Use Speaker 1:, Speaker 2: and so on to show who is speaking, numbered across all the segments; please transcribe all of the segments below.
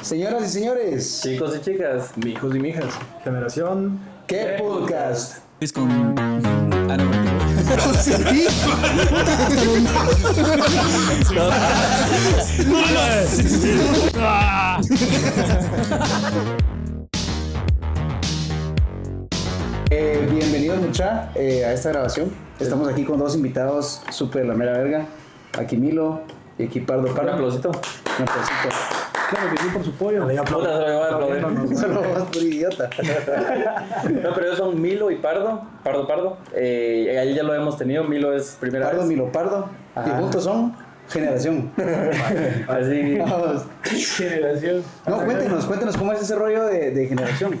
Speaker 1: Señoras y señores,
Speaker 2: Chicos y chicas,
Speaker 3: Mi hijos y mi hijas. Generación.
Speaker 1: ¿qué podcast?
Speaker 4: Es con Ana Martín.
Speaker 1: Eh, bienvenidos mucha eh, a esta grabación. Estamos aquí con dos invitados super la mera verga. Aquí Milo y aquí Pardo
Speaker 2: un
Speaker 1: Pardo.
Speaker 2: aplausito.
Speaker 1: Un aplausito.
Speaker 3: Claro que sí, por su pollo.
Speaker 2: Puta, se lo voy a aplaudir.
Speaker 1: Solo vas por idiota.
Speaker 2: No, pero ellos son Milo y Pardo. Pardo, Pardo. Eh, ahí ya lo hemos tenido. Milo es primera
Speaker 1: Pardo,
Speaker 2: vez.
Speaker 1: Milo Pardo. Y
Speaker 2: Ajá.
Speaker 1: juntos son generación.
Speaker 2: Así.
Speaker 1: Vamos.
Speaker 3: Generación.
Speaker 1: No, cuéntenos, cuéntenos cómo es ese rollo de, de generación.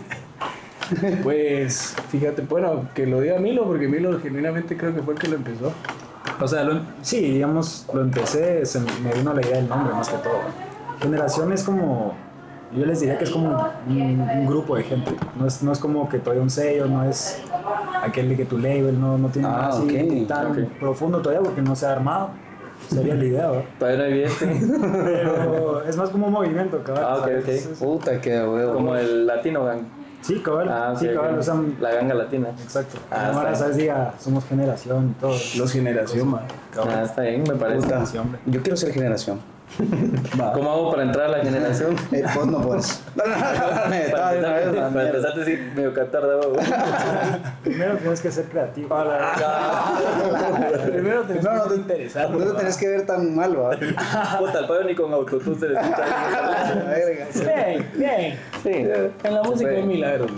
Speaker 3: Pues, fíjate, bueno, que lo diga Milo, porque Milo genuinamente creo que fue el que lo empezó. O sea, lo em- sí, digamos, lo empecé, se me vino la idea del nombre más que todo. Generación es como, yo les diría que es como un, un grupo de gente. No es, no es como que todavía un sello, no es aquel de que tu label, no, no tiene
Speaker 1: Ah,
Speaker 3: nada así
Speaker 1: ok,
Speaker 3: tan
Speaker 2: ok.
Speaker 3: profundo todavía porque no se ha armado. Sería la idea, ¿verdad?
Speaker 2: Todavía no hay bien.
Speaker 3: Pero es más como un movimiento, cabrón.
Speaker 2: Ah, ok,
Speaker 3: ¿sabes?
Speaker 2: ok.
Speaker 3: Es- es-
Speaker 1: Puta, qué huevo.
Speaker 2: Como el latino gang.
Speaker 3: Sí, cabrón.
Speaker 2: Ah, ok,
Speaker 3: sí,
Speaker 2: ok.
Speaker 3: cabrón. O sea,
Speaker 2: La ganga latina.
Speaker 3: exacto.
Speaker 2: Ah,
Speaker 3: Ahora,
Speaker 2: está
Speaker 3: ¿sabes? Diga, somos generación y todo.
Speaker 5: Los generación, man.
Speaker 2: Ah, está bien, me parece.
Speaker 1: Puta,
Speaker 3: Sí, hombre.
Speaker 1: Yo quiero ser generación. Va.
Speaker 2: ¿Cómo hago para entrar a la generación?
Speaker 1: Eh, vos no podés. No, no, no, no, me estaba
Speaker 2: Para
Speaker 1: de una vez,
Speaker 2: empezar,
Speaker 1: man,
Speaker 2: para empezar a decir medio catarda, güey.
Speaker 3: Primero tienes que ser creativo. Primero tienes
Speaker 1: No,
Speaker 3: que
Speaker 1: no te
Speaker 3: ser interesante.
Speaker 1: No te tenés que ver tan mal, va.
Speaker 2: Puta, el payo ni con autotune se le escucha.
Speaker 1: La verga.
Speaker 3: Bien, bien.
Speaker 2: Sí.
Speaker 3: En la música
Speaker 2: puede.
Speaker 3: hay milagros.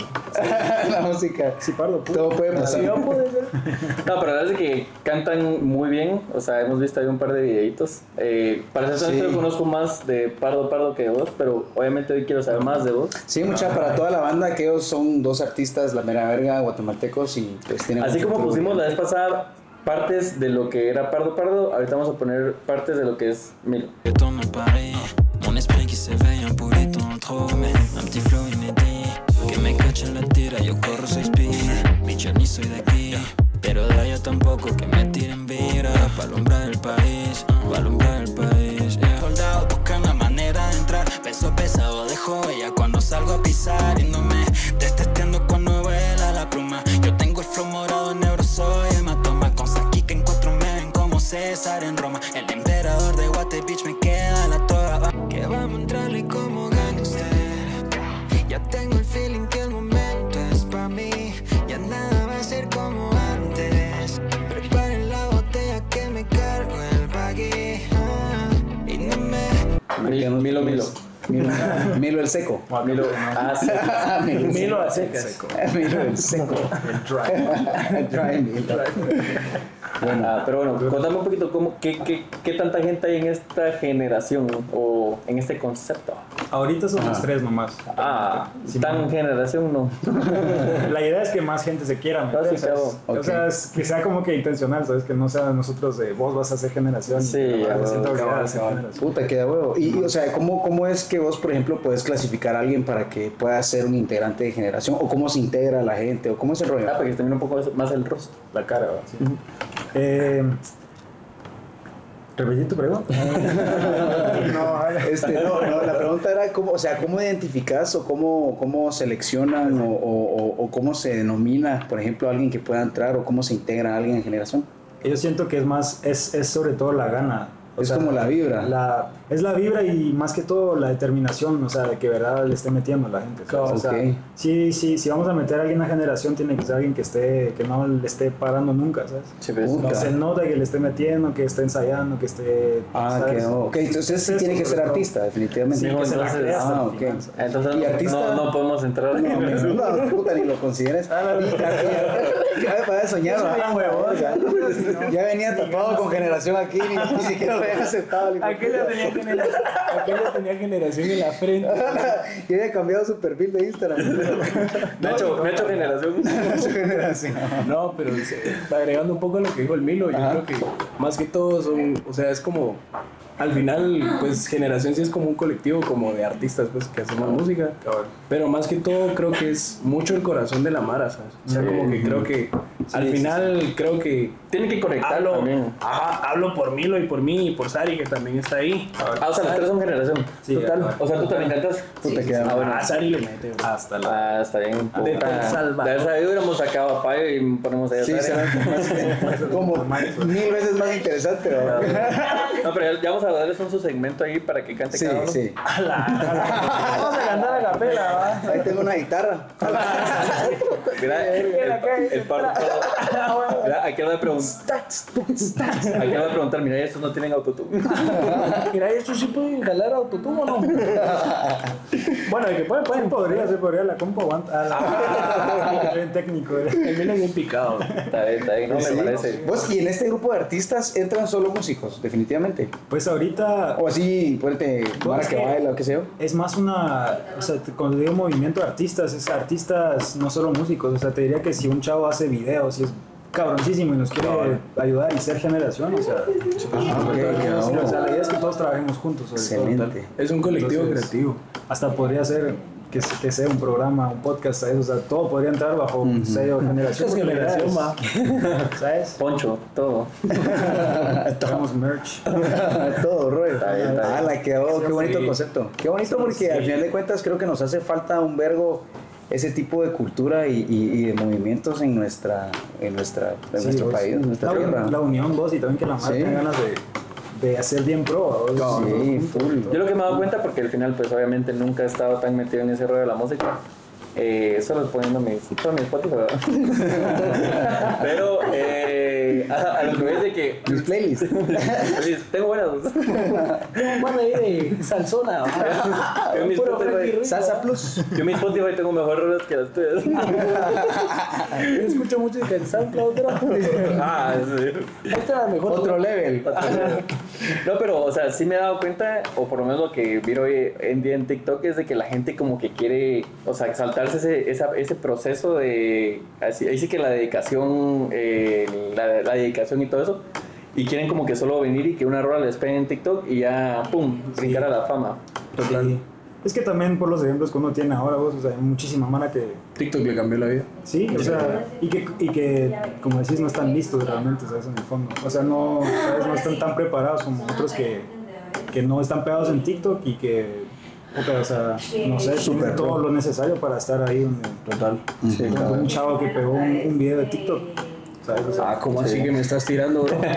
Speaker 1: La música.
Speaker 3: Si pardo, puto.
Speaker 1: Todo puede pasar.
Speaker 3: Si yo pude ser.
Speaker 2: No, pero la verdad es que cantan muy bien. O sea, hemos visto ahí un par de videitos. Eh, para ser honesto,
Speaker 1: Sí.
Speaker 2: yo conozco más de Pardo Pardo que de vos, pero obviamente hoy quiero saber más de vos.
Speaker 1: Sí, mucha para toda la banda, que ellos son dos artistas, la mera verga, guatemaltecos y pues tienen...
Speaker 2: Así
Speaker 1: un
Speaker 2: como
Speaker 1: futuro.
Speaker 2: pusimos la vez pasada partes de lo que era Pardo Pardo, ahorita vamos a poner partes de lo que es Milo.
Speaker 6: Dans mon Paris, mon esprit qui s'éveille, un poulet en trop, mais un petit flow inédit. Que me cachen la tira, yo corro 6 speed. Bitch, yo ni soy de aquí, pero de allá tampoco que me tiren vira. Pa' alumbrar el país, pa' alumbrar el país. yeah. Soldados buscan la manera de entrar, peso pesado dejo ella cuando salgo a pisar. Y no me destesteando cuando vuela la pluma. Yo tengo el flow morado, negro soy hematoma. Con Sakika en cuatro me ven como César en Roma. El emperador de Guate, bitch, me queda la toga. va. Que vamos a entrarle como gangster. Ya tengo el feeling que el momento es pa' mí. Ya nada va a ser como antes. Preparen la botella que me cargo el baggy. Ah, y no me
Speaker 2: Mil- Milo, Milo.
Speaker 1: Milo, Milo el seco.
Speaker 2: Milo. Ah, sí.
Speaker 1: Milo,
Speaker 3: Milo a secas.
Speaker 1: Milo el seco.
Speaker 3: El drive.
Speaker 1: Dry Milo.
Speaker 2: Ah, pero bueno, contame un poquito cómo, qué, qué, qué tanta gente hay en esta generación o en este concepto.
Speaker 5: Ahorita somos tres nomás.
Speaker 2: Ah,
Speaker 5: Sí,
Speaker 2: tan
Speaker 5: man.
Speaker 2: generación no.
Speaker 5: La idea es que más gente se quiera meter,
Speaker 2: Ah, sí,
Speaker 5: ¿sabes?
Speaker 2: claro.
Speaker 5: O sea, es que sea como que intencional, ¿sabes? Que no sea nosotros de vos vas a ser generación.
Speaker 2: Sí,
Speaker 5: y la
Speaker 2: ya,
Speaker 5: vas a hacer
Speaker 2: cabal,
Speaker 5: generación.
Speaker 1: Puta, queda huevo. Y, y, o sea, ¿cómo, ¿cómo es que vos, por ejemplo, puedes clasificar a alguien para que pueda ser un integrante de generación? ¿O cómo se integra la gente? ¿O cómo es el rollo?
Speaker 2: Ah, para que se te mire un poco más el rostro.
Speaker 5: La cara, ¿verdad? Sí. Eh, ¿Repetí tu pregunta?
Speaker 1: No, este, no, no, la pregunta era cómo, o sea, cómo identificas o cómo, cómo seleccionan o, o- o- o cómo se denomina, por ejemplo, a alguien que pueda entrar o cómo se integra a alguien en generación.
Speaker 5: Yo siento que es más, es, es sobre todo la gana. O
Speaker 1: Es
Speaker 5: sea,
Speaker 1: como la vibra.
Speaker 5: la- es la vibra y más que todo la determinación, o sea, de que verdad le esté metiendo a la gente. ¿sabes? O sea,
Speaker 1: Ok.
Speaker 5: sí, sí, si vamos a meter a alguien a generación, tiene que ser alguien que esté, que no le esté parando nunca, ¿sabes?
Speaker 1: Puta.
Speaker 5: Que se nota que le esté metiendo, que esté ensayando, que esté.
Speaker 1: Ah,
Speaker 5: ¿sabes?
Speaker 1: quedó. Ok, entonces sí
Speaker 5: Eso,
Speaker 1: tiene que
Speaker 5: sobre
Speaker 1: ser
Speaker 5: todo.
Speaker 1: artista, definitivamente.
Speaker 5: Sí, que se la
Speaker 2: entonces-
Speaker 5: crea hasta
Speaker 1: ah,
Speaker 5: el
Speaker 1: ok.
Speaker 5: final, ¿sabes?
Speaker 2: Entonces
Speaker 1: ¿Y
Speaker 2: no-
Speaker 1: artista?
Speaker 2: no, no podemos entrar.
Speaker 1: No,
Speaker 2: en eso.
Speaker 1: no, puta, ni lo consideres. Y- y- Ya me parece soñar,
Speaker 5: Eso
Speaker 1: ¿verdad?
Speaker 5: ya, huevón, ya.
Speaker 1: Ya venía tapado con generación aquí, ni, ni siquiera lo había aceptado. el hijo de
Speaker 3: Aquel ya
Speaker 1: puta.
Speaker 3: tenía generación. Aquel ya tenía generación en la frente.
Speaker 1: Yo había cambiado su perfil de Instagram.
Speaker 2: Nacho, Nacho generación.
Speaker 1: Su generación.
Speaker 3: No, pero se- agregando un poco a lo que dijo el Milo, yo
Speaker 1: Ajá.
Speaker 3: creo que más que todo son, o sea, es como, al final, pues generación sí es como un colectivo como de artistas, pues que hacemos música, pero más que todo creo que es mucho el corazón de la Mara, ¿sabes? O sea, como que creo que
Speaker 7: Al
Speaker 2: sí,
Speaker 7: final creo que
Speaker 2: Tienen que conectarlo
Speaker 7: hablo,
Speaker 2: también.
Speaker 7: ajá, hablo por Milo y por mí y por Sari que también está ahí.
Speaker 2: Ah, o sea, los tres son generación.
Speaker 5: Sí,
Speaker 2: Total.
Speaker 5: ajá.
Speaker 2: O sea, tú también cantas.
Speaker 1: Tú te quedas.
Speaker 2: Ah, bueno.
Speaker 7: Ah, Sari le mete. bro.
Speaker 5: Hasta la.
Speaker 2: Ah, está bien.
Speaker 5: Ah,
Speaker 2: De
Speaker 7: de tal salva.
Speaker 2: De haber sabido, hubiéramos sacado a Payo y ponemos ahí a
Speaker 1: Sí,
Speaker 2: Sara.
Speaker 1: será más- como mil veces más interesante, ¿verdad?
Speaker 2: No, pero ya- ya vamos a darles un su segmento ahí para que cante
Speaker 1: Sí,
Speaker 2: cada uno.
Speaker 1: sí.
Speaker 7: Vamos a cantar a capela, ¿va?
Speaker 1: Ahí tengo una guitarra.
Speaker 2: Mira, el, el, el par- Mira, aquí le voy a preguntar. Aquí le voy a preguntar, mira, estos no tienen autotune.
Speaker 7: Mira, estos sí pueden jalar autotune o no.
Speaker 5: Bueno, de que puede, pueden, podría, se podría la compa aguanta. Ah, la- bien técnico. eh.
Speaker 7: El Milo es bien picado. bro.
Speaker 2: Está bien, está bien, no
Speaker 1: Sí.
Speaker 2: me parece.
Speaker 1: Vos, y en este grupo de artistas entran solo músicos, definitivamente.
Speaker 5: Pues ahorita
Speaker 1: O así, ponete, para
Speaker 5: es
Speaker 1: que
Speaker 5: que-
Speaker 1: baila o qué sé yo.
Speaker 5: es más una, o sea, te- cuando digo movimiento de artistas, es artistas, no solo músicos, o sea, te diría que si un chavo hace videos y es cabroncísimo y nos quiere ayudar y ser generación, o sea,
Speaker 1: ok,
Speaker 5: pues, todo
Speaker 1: quedó.
Speaker 5: lo que- o sea, la idea es que todos trabajemos juntos. sobre todo,
Speaker 1: Excelente.
Speaker 5: tal.
Speaker 7: Es un colectivo
Speaker 5: Entonces,
Speaker 7: creativo.
Speaker 5: Hasta podría ser que, s- que sea un programa, un podcast, ¿sabes? o sea, todo podría entrar bajo un sello generación.
Speaker 7: Es
Speaker 5: porque la idea
Speaker 7: generación,
Speaker 5: es-
Speaker 7: va.
Speaker 5: ¿Sabes?
Speaker 2: Poncho, todo.
Speaker 5: Tenemos merch.
Speaker 1: Todo, Roy.
Speaker 2: bien, está bien.
Speaker 1: Ala, quedó, qué bonito
Speaker 7: Sí.
Speaker 1: concepto. Qué bonito porque al final de cuentas creo que nos hace falta un vergo ese tipo de cultura y, y- y de movimientos en nuestra en nuestra en
Speaker 5: Sí,
Speaker 1: nuestro
Speaker 5: vos.
Speaker 1: país, en nuestra
Speaker 5: la,
Speaker 1: tierra.
Speaker 5: la unión vos y también que la marca
Speaker 1: Sí.
Speaker 5: tenga ganas de, de hacer bien pro. vos.
Speaker 1: sí, full.
Speaker 2: Yo lo que me he dado cuenta, porque al final, pues obviamente nunca he estado tan metido en ese rollo de la música, eh, solo poniendo mis, solo mis fotos, ¿verdad? Pero eh, a, a lo que voy es de que.
Speaker 1: Mis playlists.
Speaker 2: Feliz, tengo buenas.
Speaker 7: Bueno, ahí de salsona. ¿va?
Speaker 2: Yo mis
Speaker 7: Puro
Speaker 2: fotos,
Speaker 7: Frankie
Speaker 2: güey.
Speaker 7: Ruiz,
Speaker 1: Salsa
Speaker 7: ¿va?
Speaker 1: Plus.
Speaker 2: Yo en mi Spotify tengo mejores rolas que las tuyas.
Speaker 7: Yo escucho mucho de que el SoundCloud, bro.
Speaker 2: ah, sí.
Speaker 7: Esta es la Este mejor.
Speaker 1: Otro level.
Speaker 2: No, pero, o sea, sí me he dado cuenta, o por lo menos lo que vi hoy en día en TikTok, es de que la gente como que quiere, o sea, exaltarse ese, esa- ese proceso de, así, ahí sí que la dedicación, eh, la, la dedicación y todo eso, y quieren como que solo venir y que una rola les peguen en TikTok y ya, pum, brincar a la fama.
Speaker 5: Sí. Es que también por los ejemplos que uno tiene ahora, vos, o sea, hay muchísima mala que.
Speaker 7: TikTok le cambió la vida.
Speaker 5: Sí, o sea, y que, y que, como decís, no están listos realmente, ¿sabes? En el fondo. O sea, no, ¿sabes? no están tan preparados como otros que, que no están pegados en TikTok y que. puta, o sea, no sé, tienen
Speaker 1: Súper
Speaker 5: todo
Speaker 1: pro.
Speaker 5: lo necesario para estar ahí donde. Total. un chavo que pegó un, un video de TikTok. ¿Sabes? O sea,
Speaker 7: Ah, ¿cómo así que me estás tirando, bro?
Speaker 2: No, pero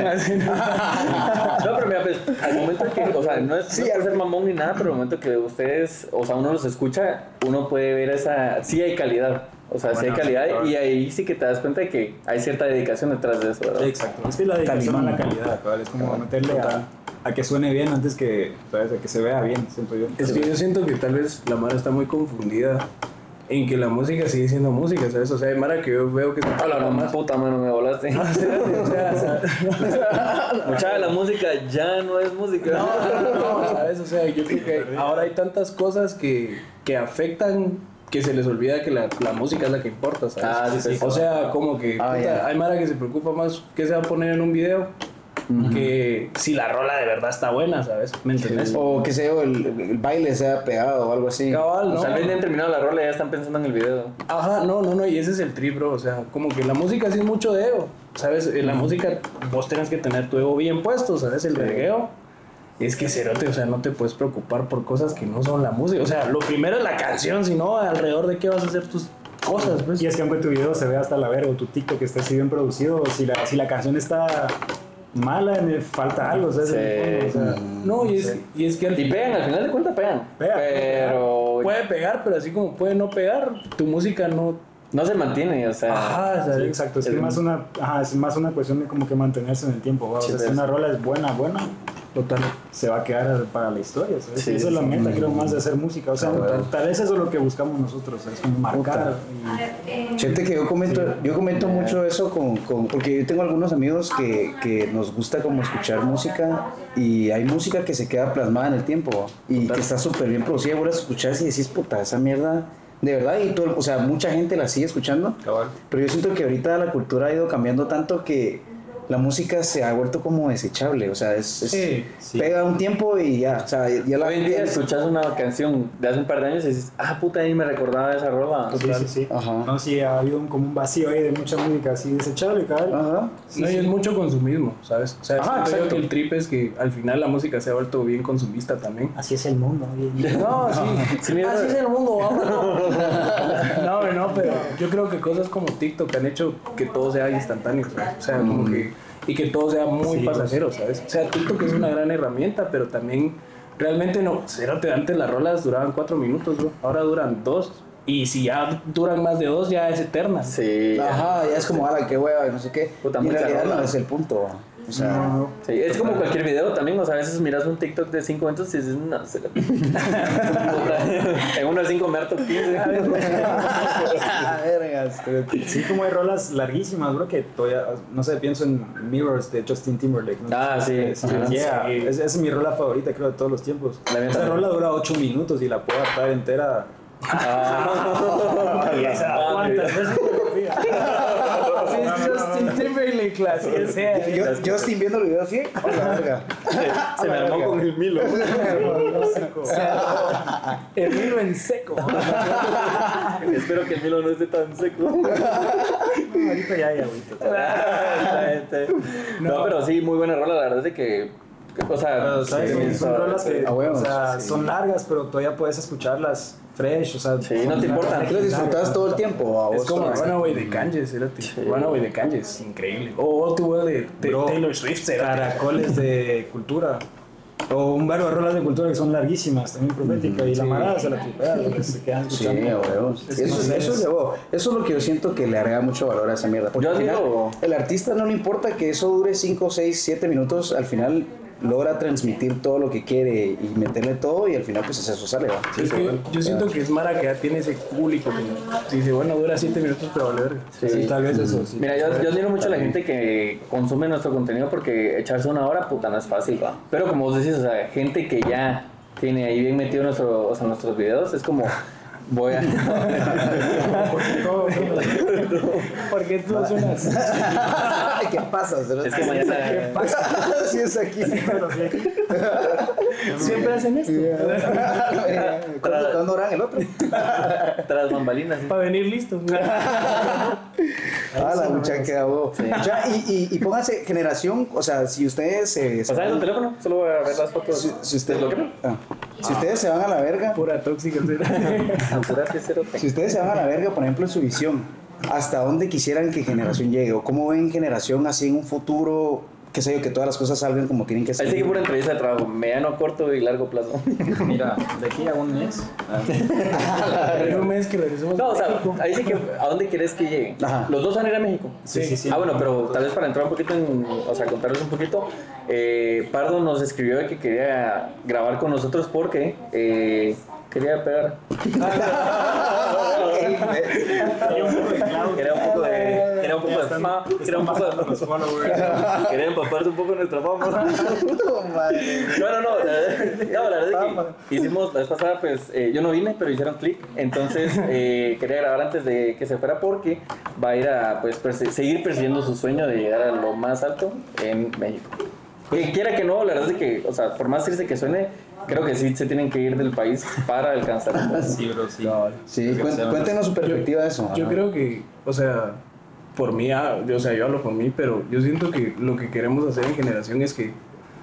Speaker 2: mira, pues, al momento que, o sea, no es, no es por ser mamón ni nada, pero al momento que ustedes, o sea, uno los escucha, uno puede ver esa, sí hay calidad, o sea, sí hay
Speaker 5: Bueno,
Speaker 2: calidad
Speaker 5: claro.
Speaker 2: y ahí sí que te das cuenta de que hay cierta dedicación detrás de eso, ¿verdad?
Speaker 5: Exacto, es que la dedicación a la calidad, cabal, es como meterle a, a que suene bien antes que, ¿sabes? A que se vea bien, siento yo.
Speaker 7: Es que yo siento que tal vez la Mara está muy confundida en que la música sigue siendo música, ¿sabes? O sea, hay Mara que yo veo que...
Speaker 2: Hola, no, puta mano, me volaste. Mucha de la música ya no es música.
Speaker 7: ¿sabes? O sea, yo creo que ahora hay tantas cosas que, que afectan que se les olvida que la, la música es la que importa, ¿sabes?
Speaker 2: Ah, sí, sí,
Speaker 7: o
Speaker 2: sí.
Speaker 7: sea, como que
Speaker 1: Ah,
Speaker 7: puta,
Speaker 1: ya.
Speaker 7: hay Mara que se preocupa más que se va a poner en un video que si la rola de verdad está buena, ¿sabes? ¿Me entiendes?
Speaker 1: O qué sé yo, el, el baile se ha pegado o algo así.
Speaker 7: Cabal, ¿no?
Speaker 2: Tal vez ya han terminado la rola y ya están pensando en el video.
Speaker 7: Ajá, no, no, no, y ese es el trip, bro. O sea, como que la música sí es mucho de ego, ¿sabes? En la música vos tenés que tener tu ego bien puesto, ¿sabes? El vergueo es que cerote, o sea, no te puedes preocupar por cosas que no son la música. O sea, lo primero es la canción, sino alrededor de qué vas a hacer tus cosas, pues.
Speaker 5: Y es que aunque tu video se vea hasta la verga o tu TikTok esté así bien producido, o si la, si la canción está mala, en el- falta algo, ¿sabes? En el fondo, o sea,
Speaker 7: Mm, No, y es, y es que al-
Speaker 2: Y pegan, al final de cuentas pegan.
Speaker 5: Pega,
Speaker 2: pero
Speaker 7: puede pegar, pero así como puede no pegar, tu música no.
Speaker 2: no se mantiene, o sea.
Speaker 7: Ajá,
Speaker 5: sí,
Speaker 7: ¿sabes?
Speaker 5: exacto, es que más una, ajá, es más una cuestión de como que mantenerse en el tiempo, ¿va? o sea, si una rola es buena, buena,
Speaker 7: Total.
Speaker 5: se va a quedar para la historia, ¿sabes?
Speaker 2: Sí,
Speaker 5: Esa es la
Speaker 2: sí.
Speaker 5: meta, creo, más de hacer música, o sea, tal, tal vez eso es lo que buscamos nosotros, es como marcar y
Speaker 1: Fíjate que yo comento, yo comento mucho eso con, con- porque yo tengo algunos amigos que, que nos gusta como escuchar música y hay música que se queda plasmada en el tiempo y que está súper bien producida y vos la escuchás y decís, puta, esa mierda, de verdad, y todo, o sea, mucha gente la sigue escuchando, pero yo siento que ahorita la cultura ha ido cambiando tanto que la música se ha vuelto como desechable, o sea, es, es-
Speaker 5: Sí, sí.
Speaker 1: pega un tiempo y ya, o sea, ya la
Speaker 2: Hoy en día
Speaker 1: gente-
Speaker 2: escuchas una canción de hace un par de años y dices, ah, puta, ahí me recordaba esa rola.
Speaker 5: Sí, sí, sí.
Speaker 1: Ajá.
Speaker 5: No, sí, ha habido un, como un vacío ahí de mucha música así desechable,
Speaker 2: Ah.
Speaker 5: cabrón.
Speaker 1: Ajá.
Speaker 7: no, y es mucho consumismo, ¿sabes? O sea,
Speaker 1: Ajá,
Speaker 7: siento yo
Speaker 1: exacto.
Speaker 7: que el trip es que al final la música se ha vuelto bien consumista también.
Speaker 8: Así es el mundo. hoy en día.
Speaker 7: No, sí.
Speaker 2: Sí, mira,
Speaker 8: Así es el mundo, vamos.
Speaker 7: No, hombre, no, pero yo creo que cosas como TikTok han hecho que todo sea instantáneo, ¿sabes? O sea, como que. Y que todo sea muy pasajero, ¿sabes? O sea, TikTok es una gran herramienta, pero también. Realmente no. Cerote, antes las rolas duraban cuatro minutos, bro. Ahora duran dos. Y si ya duran más de dos, ya es eterna.
Speaker 2: Sí,
Speaker 1: Ajá, ya es como, ahora qué hueva, y no sé qué. y
Speaker 2: Puta,
Speaker 1: en
Speaker 2: mucha
Speaker 1: realidad
Speaker 2: rola.
Speaker 1: no es el punto. O sea,
Speaker 2: sí. Es como cualquier video también, o sea, a veces miras un TikTok de 5 minutos y dices, no, se lo... en uno de 5 me harto 15.
Speaker 1: Vergas, pero-
Speaker 5: Sí, como hay rolas larguísimas, bro, que todavía, no sé, pienso en Mirrors de Justin Timberlake. ¿no?
Speaker 2: Ah, sí,
Speaker 5: Sí,
Speaker 2: ajá.
Speaker 5: yeah. Es, es mi rola favorita, creo, de todos los tiempos.
Speaker 2: La mía
Speaker 5: Esa
Speaker 2: también.
Speaker 5: rola dura 8 minutos y la puedo adaptar entera.
Speaker 2: Ah,
Speaker 5: ¿Cuántas veces te lo pido?
Speaker 7: Justin Timberlake, la sea.
Speaker 1: Yo, yo estoy viendo el video así, a la verga.
Speaker 2: Se me armó con el Milo.
Speaker 7: El vino en seco.
Speaker 2: Espero que el Milo no esté tan seco.
Speaker 5: No, ahorita ya hay agüita.
Speaker 2: Ah, no, pero sí, muy buena rola, la verdad es de que, o sea,
Speaker 5: Pero, ¿sabes? Son- son rolas que
Speaker 1: a huevos,
Speaker 5: o sea,
Speaker 1: sí.
Speaker 5: son largas, pero todavía puedes escucharlas fresh. O sea,
Speaker 2: Sí, no te importa.
Speaker 1: Lo disfrutas todo el tiempo. a
Speaker 7: Es
Speaker 1: vos,
Speaker 7: como
Speaker 1: todo el-
Speaker 7: Runaway de Kanges, era Runaway de Kanges, increíble. O otro güey de, de
Speaker 5: Bro.
Speaker 7: Taylor Swift, será.
Speaker 5: Caracoles de cultura. O un verbo de rolas de cultura que son larguísimas, también profética. Y la marada se la tripea, lo que se quedan
Speaker 1: Sí,
Speaker 5: escuchando.
Speaker 1: a huevos.
Speaker 5: Es
Speaker 1: Eso, es-
Speaker 5: más
Speaker 1: eso, es de huevo. eso es lo que yo siento que le agrega mucho valor a esa mierda. Porque
Speaker 2: Yo
Speaker 1: al final,
Speaker 2: digo-
Speaker 1: el artista no le importa que eso dure 5, 6, 7 minutos, al final logra transmitir todo lo que quiere y meterle todo y al final pues eso sale. ¿va?
Speaker 7: Es que yo siento que es Mara que ya tiene ese público que dice, bueno, dura 7 minutos, pero vale verga.
Speaker 2: Sí.
Speaker 5: Sí, tal vez eso. sí.
Speaker 2: Mira, yo, yo admiro mucho a la gente que consume nuestro contenido porque echarse una hora, puta, no es fácil, va. Pero como vos decís, o sea, gente que ya tiene ahí bien metido nuestro, o sea, nuestros videos, es como, voy a...
Speaker 7: Porque tú suenas.
Speaker 1: Ay, ¿Qué pasa?
Speaker 2: es como ya...
Speaker 1: Así es aquí.
Speaker 7: Siempre hacen esto.
Speaker 1: ¿Cuándo, ¿Cuándo harán el otro?
Speaker 2: Tras bambalinas.
Speaker 7: Para venir listos.
Speaker 1: Ah, la muchacha que hago. Ya, y, y, y pónganse generación, o sea, si ustedes se.
Speaker 2: ¿Pasás en tu teléfono? Solo voy a ver las fotos.
Speaker 1: si, si ustedes-
Speaker 2: ¿Lo que?
Speaker 1: ah, si ustedes se van a la verga,
Speaker 7: Pura tóxica.
Speaker 2: Apurate, cerote.
Speaker 1: si ustedes se van a la verga, por ejemplo, en su visión, ¿hasta dónde quisieran que generación llegue? ¿O cómo ven generación así en un futuro? Qué sé yo, que todas las cosas salgan como tienen que
Speaker 2: Ahí
Speaker 1: salir.
Speaker 2: sigue pura entrevista de trabajo, mediano, corto y largo plazo.
Speaker 8: Mira, de aquí a un mes.
Speaker 7: En un mes que regresemos.
Speaker 2: No, o sea, ahí sí que, ¿a dónde quieres que llegue?
Speaker 1: Ajá.
Speaker 2: Los dos van a ir a México.
Speaker 5: Sí, sí, sí.
Speaker 2: Ah, bueno, pero tal vez para entrar un poquito en, o sea, contarles un poquito, eh, Pardo nos escribió que quería grabar con nosotros porque eh, quería pegar.
Speaker 1: Ah,
Speaker 5: Hay un poco de cloud.
Speaker 2: Quería un poco de, quería un poco
Speaker 5: Ya
Speaker 2: de
Speaker 5: están-
Speaker 2: fama, quería un poco
Speaker 5: están bajando los
Speaker 2: de,
Speaker 5: followers.
Speaker 2: quería empaparse un poco de nuestra fama. No, no, no. La, no, la verdad es que hicimos la vez pasada, pues eh, yo no vine, pero hicieron clic. Entonces eh, quería grabar antes de que se fuera porque va a ir a pues, perse- seguir persiguiendo su sueño de llegar a lo más alto en México. Que quiera que no, la verdad es que, o sea, por más triste que suene, creo que sí se tienen que ir del país para alcanzar.
Speaker 8: Sí, bro, sí.
Speaker 1: Sí, cuen- cuéntenos su perspectiva de eso.
Speaker 7: Yo
Speaker 1: ajá.
Speaker 7: creo que, o sea, por mí, ah, yo- o sea, yo hablo por mí, pero yo siento que lo que queremos hacer en generación es que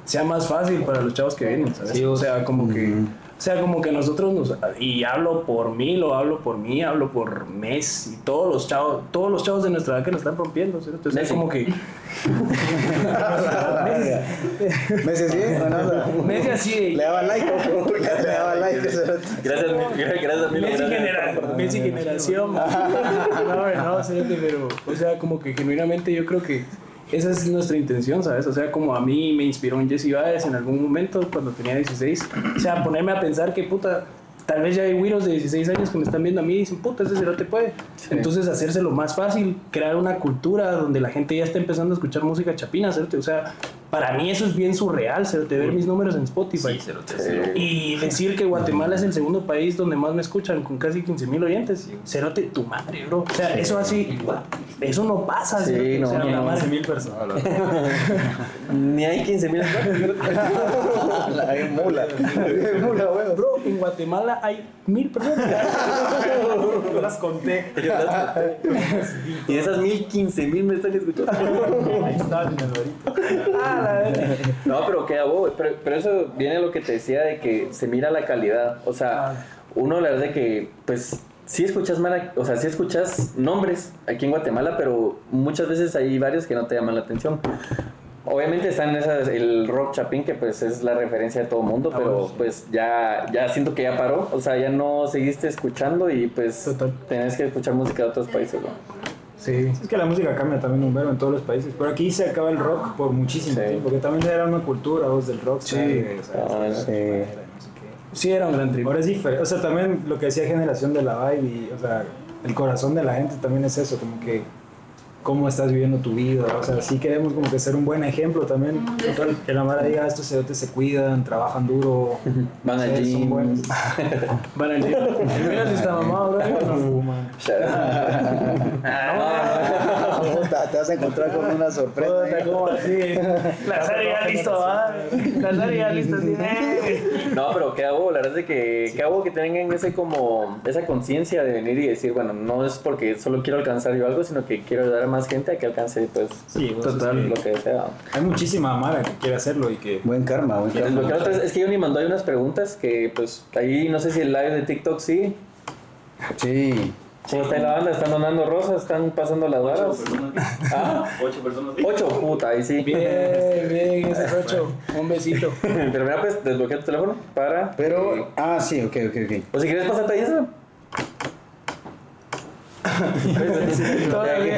Speaker 7: sea más fácil para los chavos que vienen, ¿sabes? o sea, como que, o sea, como que nosotros nos, y hablo por mí, lo hablo por mí, hablo por Mes y todos los chavos, todos los chavos de nuestra edad que nos están rompiendo, ¿cierto? O sea, es
Speaker 2: Messi.
Speaker 7: como que
Speaker 1: Messi, sí, bueno, no.
Speaker 7: Messi así de-
Speaker 1: Le daba like, ojo, le daba like.
Speaker 2: Gracias, mi- gracias, mil
Speaker 7: Messi,
Speaker 2: gracias.
Speaker 7: genera- Messi generación. no, hombre, no, espérate, pero, o sea, como que genuinamente yo creo que esa es nuestra intención, ¿sabes? O sea, como a mí me inspiró un Jesse Baez en algún momento cuando tenía 16. O sea, ponerme a pensar que puta. Tal vez ya hay güiros de 16 años que me están viendo a mí y dicen, puta, ese cerote puede. Entonces, hacérselo más fácil, crear una cultura donde la gente ya está empezando a escuchar música chapina, cerote. O sea, Para mí eso es bien surreal, se te ver mis números en Spotify.
Speaker 9: Sí, se lo te
Speaker 7: Y decir que Guatemala es el segundo país donde más me escuchan, con casi 15 mil oyentes. Cerote, tu madre, bro. O sea, eso así, eso no pasa.
Speaker 2: Sí,
Speaker 7: cerote.
Speaker 2: no,
Speaker 7: o sea,
Speaker 2: no,
Speaker 7: la
Speaker 2: no.
Speaker 7: madre.
Speaker 5: mil personas.
Speaker 2: Ni hay 15 mil.
Speaker 1: La es mula. Es mula, weón.
Speaker 7: Bro, en Guatemala hay mil personas.
Speaker 5: Yo las conté.
Speaker 2: y de esas mil, 15 mil me están escuchando.
Speaker 5: Ahí está, mi Alvarito.
Speaker 7: Ah, la verga.
Speaker 2: No, pero queda bobo. Pero, pero eso viene a lo que te decía de que se mira la calidad. O
Speaker 5: Ah.
Speaker 2: sea, uno la verdad que, pues, sí escuchas mala- o sea, sí escuchas nombres aquí en Guatemala, pero muchas veces hay varios que no te llaman la atención. Obviamente están esas, el rock chapín, que pues es la referencia de todo mundo,
Speaker 5: Ah,
Speaker 2: pero
Speaker 5: bueno, sí.
Speaker 2: pues ya, ya siento que ya paró, o sea, ya no seguiste escuchando y pues
Speaker 5: Total.
Speaker 2: tenés que escuchar música de otros países, ¿no?
Speaker 5: Sí, es que la música cambia también un verbo en todos los países. Pero aquí se acaba el rock por muchísimo
Speaker 2: Sí.
Speaker 5: tiempo, que también era una cultura, vos del rock.
Speaker 3: Sí.
Speaker 5: ¿sabes? ¿sabes?
Speaker 2: Ah,
Speaker 1: sí.
Speaker 5: No sé qué.
Speaker 7: Sí, era un gran trip.
Speaker 5: Ahora es diferente. O sea, también lo que decía generación de la vibe y, o sea, el corazón de la gente también es eso, como que cómo estás viviendo tu vida. O sea, sí queremos como que ser un buen ejemplo también. Total, que la Mara diga, estos cerotes se cuidan, trabajan duro.
Speaker 2: Van al
Speaker 5: sí, son
Speaker 2: gym.
Speaker 5: buenos.
Speaker 7: Van al gym. Mira si está mamado, bro. No fuman.
Speaker 2: Ah, no.
Speaker 1: Puta, Te vas a encontrar con una sorpresa.
Speaker 7: Puta,
Speaker 1: ¿eh?
Speaker 7: ¿cómo así? La serie ya lista, va. La serie ya lista, sí. eh.
Speaker 2: No, pero qué hago, la verdad es de que qué hago que tengan ese como esa conciencia de venir y decir, bueno, no es porque solo quiero alcanzar yo algo, sino que quiero ayudar a más gente a que alcance pues
Speaker 5: Sí, vos,
Speaker 2: total
Speaker 5: es que
Speaker 2: lo que desea.
Speaker 5: Hay muchísima Mara que quiere hacerlo y que...
Speaker 1: Buen karma, buen
Speaker 2: Lo que
Speaker 1: karma.
Speaker 2: la otra es, es que yo ni mandó ahí unas preguntas que pues ahí no sé si el live de TikTok sí.
Speaker 1: Sí.
Speaker 2: ¿Cómo está ahí la banda? ¿Están donando rosas? ¿Están pasando las varas? ¿Ah?
Speaker 9: personas. Ocho personas.
Speaker 2: Ocho, puta, ahí sí.
Speaker 7: Bien, bien, ese rocho. Un besito.
Speaker 2: Pero mira, pues desbloquea tu teléfono para.
Speaker 1: Pero, ah, sí, ok, ok, ok.
Speaker 2: O Pues, si quieres, pásate ahí eso.
Speaker 7: Todavía.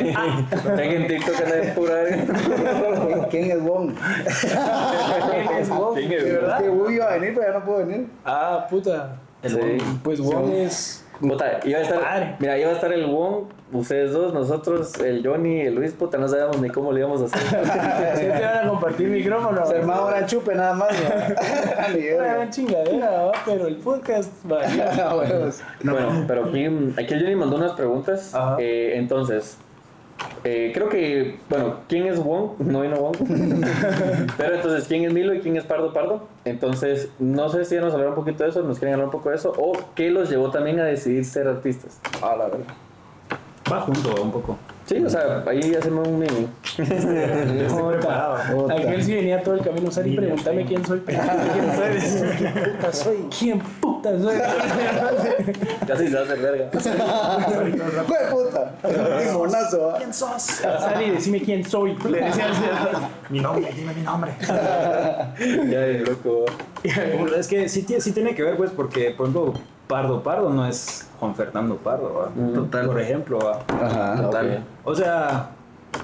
Speaker 2: Tengo en TikTok que nadie es pura verga.
Speaker 1: ¿Quién es Wong?
Speaker 7: ¿Quién es Wong?
Speaker 2: ¿Quién
Speaker 7: ¿De
Speaker 2: es Wong?
Speaker 7: verdad?
Speaker 1: Que Wu iba a venir, pero ya no puedo venir.
Speaker 7: Ah, puta.
Speaker 2: Sí.
Speaker 7: Pues Wong es.
Speaker 2: Puta, iba a
Speaker 7: Padre.
Speaker 2: estar, mira, iba a estar el Wong, ustedes dos, nosotros, el Johnny y el Luis, puta, no sabíamos ni cómo le íbamos a hacer.
Speaker 7: ¿Sí te van a compartir micrófono?
Speaker 1: Se armaba una chupe nada más. ¿no? Ni
Speaker 7: Una
Speaker 1: verga.
Speaker 7: gran chingadera, va, pero el podcast valió.
Speaker 1: Ah, huevos.
Speaker 2: Bueno, pero aquí, aquí el Johnny mandó unas preguntas.
Speaker 7: Ajá.
Speaker 2: Eh, entonces, eh, creo que, bueno, ¿quién es Wong? No vino Wong. pero entonces, ¿quién es Milo y quién es Pardo Pardo? Entonces, no sé si ya nos hablaron un poquito de eso, nos quieren hablar un poco de eso, o qué los llevó también a decidir ser artistas.
Speaker 1: Ah, la verdad.
Speaker 5: Va junto un poco.
Speaker 2: Sí, o sea, ahí hacemos un mini.
Speaker 5: Estoy preparado.
Speaker 1: Puta.
Speaker 7: Aquel sí venía todo el camino a usar y preguntarme quién soy. ¿Quién soy? Ah, ¿Quién puta soy? ¿Quién puta soy?
Speaker 2: Casi se hace verga.
Speaker 1: ¡Jue puta! Timonazo, ¿ah?
Speaker 7: Sari, decime quién soy. Le decía al señor.
Speaker 5: Mi nombre, dime mi nombre.
Speaker 2: Ya de loco.
Speaker 5: Bueno, es que sí, tie- sí tiene que ver, pues, porque, por ejemplo, Pardo Pardo no es Juan Fernando Pardo, ¿va?
Speaker 9: Total.
Speaker 5: por ejemplo. ¿va?
Speaker 1: Ajá.
Speaker 2: Total.
Speaker 5: O sea,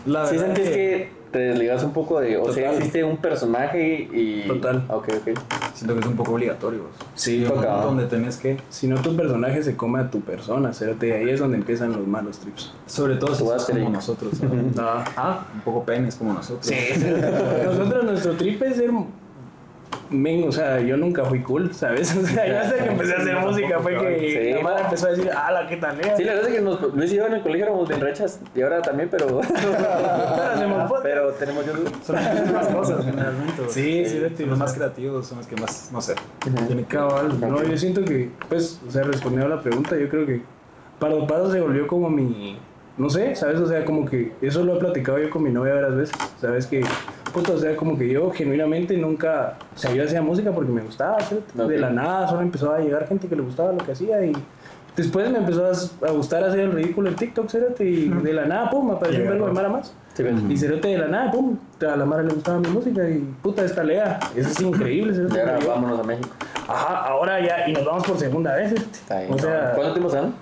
Speaker 5: la
Speaker 2: Sí
Speaker 5: verdad
Speaker 2: sentís que te desligas un poco de, o sea,
Speaker 5: Total.
Speaker 2: existe un personaje y...
Speaker 5: Total.
Speaker 2: Ok, ok.
Speaker 5: siento que es un poco obligatorio. ¿vos?
Speaker 3: Sí,
Speaker 5: Hay un
Speaker 2: Toca,
Speaker 5: punto
Speaker 2: ¿va?
Speaker 5: donde tenés que,
Speaker 3: si no tu personaje se come a tu persona, cerote, ahí es donde empiezan los malos trips.
Speaker 5: sobre todo si
Speaker 2: Tu
Speaker 5: sos como
Speaker 2: asterisk.
Speaker 5: nosotros, ¿no?
Speaker 3: Ajá.
Speaker 5: un poco penes como nosotros.
Speaker 7: Sí, sí. Nosotros, nuestro trip es ser. Men, o sea, yo nunca fui cool, ¿sabes? O sea, yo hasta que empecé a hacer música fue que
Speaker 2: Sí.
Speaker 7: la madre empezó a decir, ¡ala, qué talea!
Speaker 2: Sí, la verdad es que nos, Luis y yo en el colegio éramos bien rechas y ahora también, pero.
Speaker 7: hacemos podcast.
Speaker 2: pero tenemos YouTube.
Speaker 5: Son las mismas cosas, generalmente. ¿vos?
Speaker 3: Sí, sí,
Speaker 5: Son los más creativos, son los que más, no sé. tienen que-
Speaker 3: Cabal, no, yo siento que, pues, o sea, respondiendo a la pregunta, yo creo que Pardo Pardo se volvió como mi, no sé, ¿sabes? O sea, como que eso lo he platicado yo con mi novia varias veces, ¿sabes? Que, puta, o sea, como que yo genuinamente nunca, o sea, yo hacía música porque me gustaba, ¿sí?
Speaker 2: Ok.
Speaker 3: de la nada solo empezó a llegar gente que le gustaba lo que hacía y después me empezó a a gustar hacer el ridículo en TikTok, ¿sí? y de la nada, pum, me apareció un verbo de Mara más. Y Cerote de la nada, pum, a la Mara le gustaba mi música y puta esta lea, eso es increíble, Cerote.
Speaker 2: Y ahora
Speaker 3: Yo-
Speaker 2: vámonos a México.
Speaker 7: Ajá, ahora ya, y nos vamos por segunda vez. este. O sea,
Speaker 2: ¿cuánto tiempo se dan?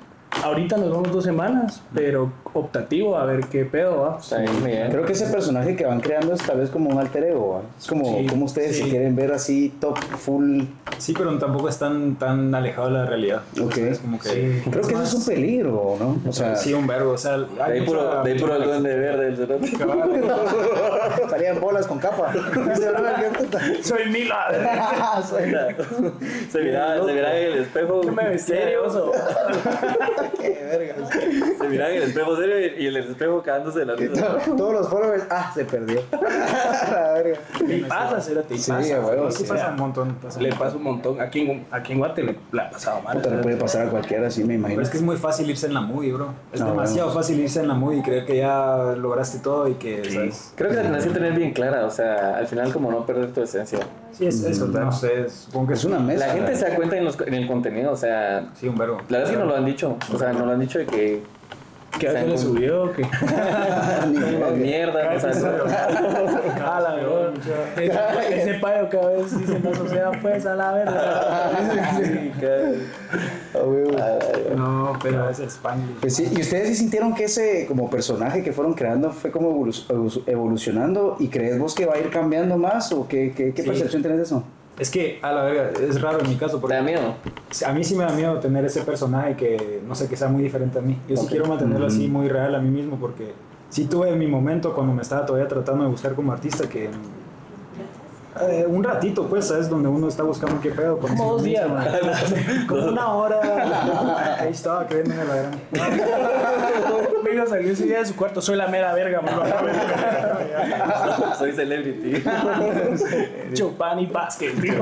Speaker 7: ahorita nos vamos dos semanas, pero optativo a ver qué pedo va.
Speaker 2: Está bien, muy bien.
Speaker 1: Creo que ese personaje que van creando es tal vez como un alter ego, ¿va? es como,
Speaker 5: Sí,
Speaker 1: como ustedes
Speaker 5: sí.
Speaker 1: se quieren ver así top, full.
Speaker 5: Sí, pero tampoco es tan, tan alejado de la realidad.
Speaker 1: Ok.
Speaker 5: Es como que.
Speaker 1: Creo que eso es un peligro, ¿no? O sea,
Speaker 5: Sí, un verbo. O sea,
Speaker 2: De ahí puro, de ahí puro el duende verde. el cerote.
Speaker 1: salían bolas con capa.
Speaker 7: Soy Mila.
Speaker 2: Se miraba, se miraba en el espejo.
Speaker 7: ¿Qué me vestí de
Speaker 2: serio,
Speaker 7: oso?
Speaker 1: Qué verga.
Speaker 2: Se miraba en el espejo serio y y en el espejo cagándose de la risa.
Speaker 1: Todos los followers, ah, se perdió. La verga.
Speaker 7: Y pasa, Cerote, y
Speaker 1: Sí,
Speaker 7: pasa.
Speaker 1: a huevo,
Speaker 7: Sí
Speaker 1: sí.
Speaker 7: pasa
Speaker 5: un montón. pasa un
Speaker 7: Le
Speaker 5: montón.
Speaker 7: pasa un montón. Aquí en, aquí en Guate le, le ha pasado mal.
Speaker 1: Puta, le puede pasar a cualquiera, así me
Speaker 5: Pero
Speaker 1: imagino.
Speaker 5: es que es muy fácil irse en la movie, bro. Es
Speaker 1: No,
Speaker 5: demasiado fácil irse en la movie y creer que ya lograste todo y que, ¿sabes?
Speaker 2: Creo que la tenés que tener bien clara, o sea, al final como no perder tu esencia.
Speaker 5: Sí, es eso, no sé, supongo que
Speaker 1: Es una mesa.
Speaker 2: La gente
Speaker 1: ¿verdad?
Speaker 2: se da cuenta en, los- en el contenido, o sea,
Speaker 5: Sí, un verbo.
Speaker 2: la verdad es que nos lo han dicho, o sea, nos lo han dicho de que
Speaker 7: ¿Qué hace
Speaker 2: Sangu.
Speaker 7: le subió o qué?
Speaker 2: "Oh, mierda, o sea,
Speaker 7: A la verdad. Ese- Ese payo cada vez dice más, o sea, pues a la verga. Sí,
Speaker 1: A huevo.
Speaker 5: No, pero es el Spanish.
Speaker 1: Pues sí, y ustedes sí sintieron que ese como personaje que fueron creando fue como evolu- evolu- evolucionando y crees vos que va a ir cambiando más o qué, qué, qué
Speaker 5: Sí.
Speaker 1: percepción tenés de eso?
Speaker 5: Es que, a la verga, es raro en mi caso
Speaker 2: te da
Speaker 5: porque
Speaker 2: miedo.
Speaker 5: a mí sí me da miedo tener ese personaje que, no sé, que sea muy diferente a mí. Yo sí quiero mantenerlo así muy real a mí mismo porque sí tuve mi momento cuando me estaba todavía tratando de buscar como artista que... eh, un ratito, pues, ¿sabes? Donde uno está buscando qué pedo. con
Speaker 7: Como
Speaker 5: su
Speaker 7: dos días,
Speaker 5: Instagram. Como una hora. Ahí estaba creyéndome la gran.
Speaker 7: Mira, salió ese día de su cuarto. Soy la mera verga,
Speaker 2: Soy celebrity.
Speaker 7: Chopani Vázquez, tío.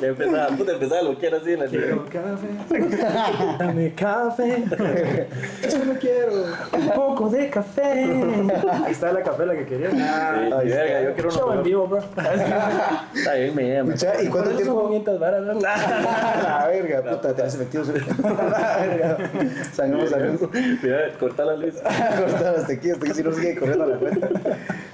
Speaker 2: Ya empezaba, puta, empezaba a loquear así en la tierra.
Speaker 5: café.
Speaker 7: Dame café,
Speaker 5: Yo no quiero.
Speaker 7: un poco de café.
Speaker 5: Ahí está la capela que quería.
Speaker 2: Sí, verga, yo quiero
Speaker 7: Show en
Speaker 2: uno.
Speaker 7: vivo, bro.
Speaker 2: Está bien, me llama.
Speaker 1: Mucha, ¿Y cuánto
Speaker 7: Son
Speaker 1: tiempo?
Speaker 7: 500 varas, ¿no?
Speaker 1: La verga, puta, te has metido. La verga. Sangamos a luz.
Speaker 2: Mira, cortala, Luis.
Speaker 1: Cortar hasta aquí, hasta aquí, si no sigue corriendo la cuenta.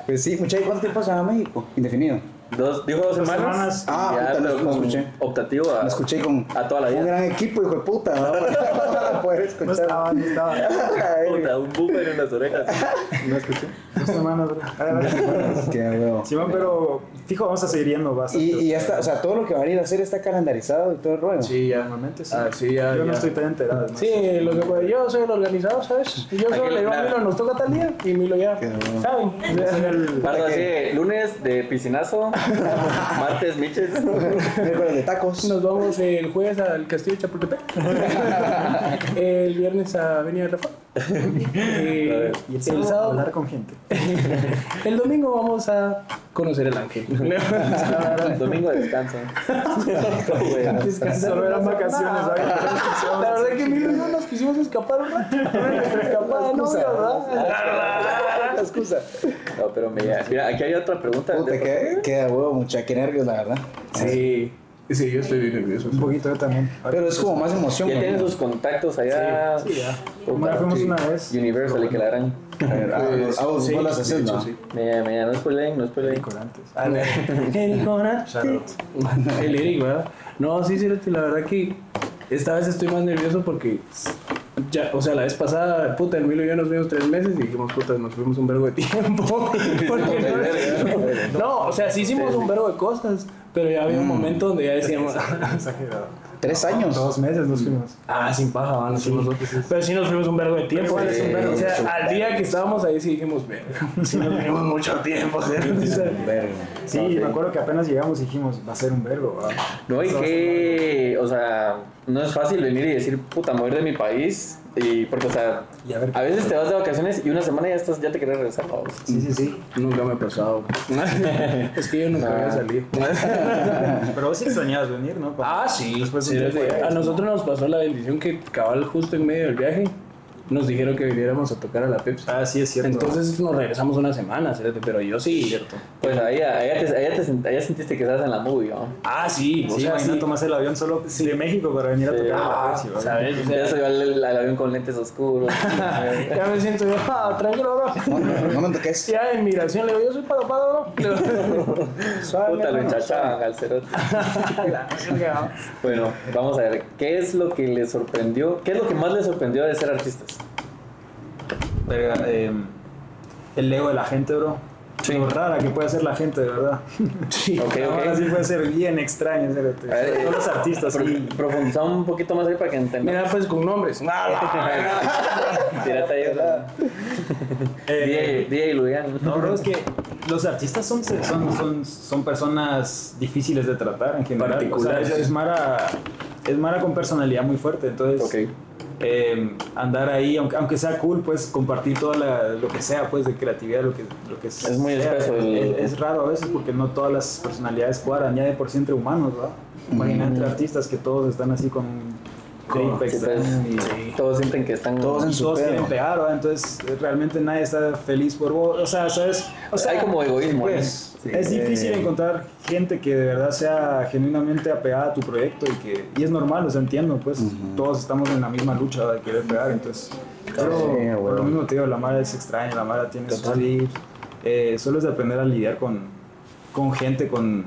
Speaker 1: Pues sí, mucha, ¿y cuánto tiempo se va a México? Indefinido.
Speaker 2: Dos, dijo dos semanas.
Speaker 5: semanas.
Speaker 1: Ah,
Speaker 2: Ya,
Speaker 1: puta, no,
Speaker 2: pero
Speaker 1: no
Speaker 2: con
Speaker 1: escuché.
Speaker 2: optativo a,
Speaker 1: Lo escuché con
Speaker 2: a toda la
Speaker 1: un
Speaker 2: vida.
Speaker 1: gran equipo, hijo de puta. ¿no? Para poder escuchar.
Speaker 5: No estaba, no estaba.
Speaker 1: La verga.
Speaker 2: Puta, un boomer en las orejas.
Speaker 5: No escuché. Dos semanas, bro. A ver,
Speaker 1: Qué huevo.
Speaker 5: Simón, pero fijo, vamos a seguir yendo bastante.
Speaker 1: Y, y ya está, o sea, todo lo que van a ir a hacer está calendarizado y todo el rollo.
Speaker 5: Sí, ya. Normalmente sí.
Speaker 7: Ah, sí, ya,
Speaker 5: Yo
Speaker 7: ya.
Speaker 5: no estoy tan enterado. ¿no?
Speaker 7: Sí, lo que puede. Yo soy el organizador, ¿sabes? Y Yo solo le digo a Milo, nos toca tal día y Milo ya. ¿Saben?
Speaker 5: Yo soy el-
Speaker 2: Pardo así, lunes de piscinazo, martes miches.
Speaker 1: Miércoles de tacos.
Speaker 7: Nos vamos el jueves al Castillo de Chapultepec. el viernes a Avenida Reforma. Eh,
Speaker 5: Y el
Speaker 7: el
Speaker 5: sábado
Speaker 7: sábado,
Speaker 5: hablar con gente.
Speaker 7: el domingo vamos a conocer el ángel.
Speaker 2: Domingo de descanso. Bueno,
Speaker 7: Descansar
Speaker 5: Solo eran
Speaker 7: una
Speaker 5: vacaciones,
Speaker 7: semana. La verdad que Milo y yo nos quisimos escapar un rato. Una escapada, ¿no? ¿Verdad?
Speaker 1: La excusa.
Speaker 2: No, pero mira, mira, aquí hay otra pregunta.
Speaker 1: Puta, qué, qué de huevo, mucha, qué nervios, la verdad.
Speaker 7: Sí. Sí, yo estoy bien nervioso.
Speaker 5: Un poquito yo también.
Speaker 1: Pero es como más emoción.
Speaker 2: Ya
Speaker 1: ¿no?
Speaker 2: tienen sus contactos
Speaker 7: Ah,
Speaker 2: allá.
Speaker 5: Sí, ya. Como ya
Speaker 2: Puta,
Speaker 5: fuimos una vez.
Speaker 2: Universal, que la harán.
Speaker 1: A ver, a-
Speaker 2: pues,
Speaker 1: a- a vos vos las haces, ¿no?
Speaker 2: Mira, mira, no spoilen, no spoilen.
Speaker 5: Corantes.
Speaker 7: El El Eric, ¿verdad? No, sí, sí, la verdad que esta vez estoy más nervioso porque. Ya, o sea, la vez pasada, puta, el Milo y yo nos vimos tres meses y dijimos, puta, nos fuimos un vergo de tiempo. Porque no, no, o sea, sí hicimos un vergo de cosas, pero ya había un momento donde ya decíamos,
Speaker 5: Exagerado.
Speaker 1: Tres años.
Speaker 5: Dos meses nos fuimos.
Speaker 7: Ah, sin paja, ¿va? nos fuimos dos veces. Pero sí nos fuimos un vergo de tiempo.
Speaker 5: Pero igual es un
Speaker 7: Sí,
Speaker 5: vergo.
Speaker 7: o sea, al día que estábamos ahí sí dijimos, verga, sí nos fuimos mucho tiempo. ¿sí? O sea,
Speaker 1: Verga.
Speaker 5: Sí, me acuerdo que apenas llegamos y dijimos, va a ser un vergo. ¿va?
Speaker 2: No, y que, o sea, no es fácil venir y decir, puta, me voy a ir de mi país. Y porque, o sea,
Speaker 5: Y a ver.
Speaker 2: a veces te vas de vacaciones y una semana ya estás, ya te quieres regresar. vamos.
Speaker 5: Sí, sí, sí.
Speaker 7: Nunca me ha pasado. Ah. es que yo nunca había salido.
Speaker 5: Pero vos sí extrañabas venir, ¿no?
Speaker 7: ah, sí.
Speaker 5: Después de
Speaker 7: sí,
Speaker 5: un
Speaker 7: desde-
Speaker 5: tiempo,
Speaker 7: a nosotros nos pasó la bendición que cabal justo en medio del viaje. nos dijeron que viniéramos a tocar a la Pepsi.
Speaker 5: Ah, sí, es cierto.
Speaker 7: Entonces nos regresamos una semana, espérate, pero yo sí.
Speaker 5: Cierto.
Speaker 2: Pues ahí, ahí, ya te- ahí ya te sent- ahí ya sentiste que estabas en la movie, ¿no?
Speaker 7: Ah, sí,
Speaker 5: Sí,
Speaker 7: o sea, ah,
Speaker 5: imagina
Speaker 7: sí.
Speaker 5: tomarse el avión solo de México para venir a tocar a la Pepsi, ¿verdad?
Speaker 7: ¿Sabes? O
Speaker 2: Ya
Speaker 7: sea,
Speaker 2: se va el, el avión con lentes oscuros.
Speaker 7: ya me siento yo, ah, tranquilo, bro.
Speaker 1: No, no, no me toques.
Speaker 7: Ya en migración le digo, yo soy para bro. Le digo,
Speaker 2: Puta, lo enchachaban al cerote.
Speaker 7: "La verga".
Speaker 2: Bueno, vamos a ver, ¿qué es lo que le sorprendió? ¿Qué es lo que más le sorprendió de ser artistas?
Speaker 5: Verga, eh, el ego de la gente, bro. Lo rara que puede ser la gente, de verdad. Sí,
Speaker 2: Ok, ok.
Speaker 5: ahora sí puede ser bien extraño. en serio, tío.
Speaker 2: A ver,
Speaker 5: Todos los artistas,
Speaker 2: Pro-
Speaker 5: sí.
Speaker 2: Profundizamos un poquito más ahí para que entendamos.
Speaker 7: Mira, pues con nombres.
Speaker 2: Tírate ahí, ¿verdad?
Speaker 5: Eh,
Speaker 2: DJ, DJ Luian.
Speaker 5: no, bro, es que los artistas son, son, son, son personas difíciles de tratar en general.
Speaker 7: Particulares.
Speaker 5: O sea, es, es Mara, es Mara con personalidad muy fuerte, entonces...
Speaker 2: Ok.
Speaker 5: eh, andar ahí, aunque, aunque sea cool, pues compartir todo lo que sea, pues de creatividad, lo que, lo que
Speaker 2: Es muy
Speaker 5: sea.
Speaker 2: espeso el-
Speaker 5: Es, es raro a veces porque no todas las personalidades cuadran, ya de por sí entre humanos, ¿verdad? Imagina entre artistas que todos están así Mm. con un tape
Speaker 2: Sí,
Speaker 5: extraño y-
Speaker 2: pues, Todos sienten que están.
Speaker 1: Todos en
Speaker 5: y
Speaker 1: su
Speaker 5: todos
Speaker 1: pedo.
Speaker 5: quieren pegar, ¿verdad? Entonces eh, realmente nadie está feliz por vos, o sea, ¿sabes? O sea,
Speaker 2: Hay como egoísmo. ¿no?
Speaker 5: pues, es difícil encontrar gente que de verdad sea genuinamente apegada a tu proyecto y que y es normal, o sea, entiendo, pues todos estamos en la misma lucha de querer pegar, entonces pero
Speaker 1: Sí,
Speaker 5: por
Speaker 1: güey.
Speaker 5: lo mismo te digo, la mara es extraña, la mara tiene sus sí, eh, solo es de aprender a lidiar con, con gente con,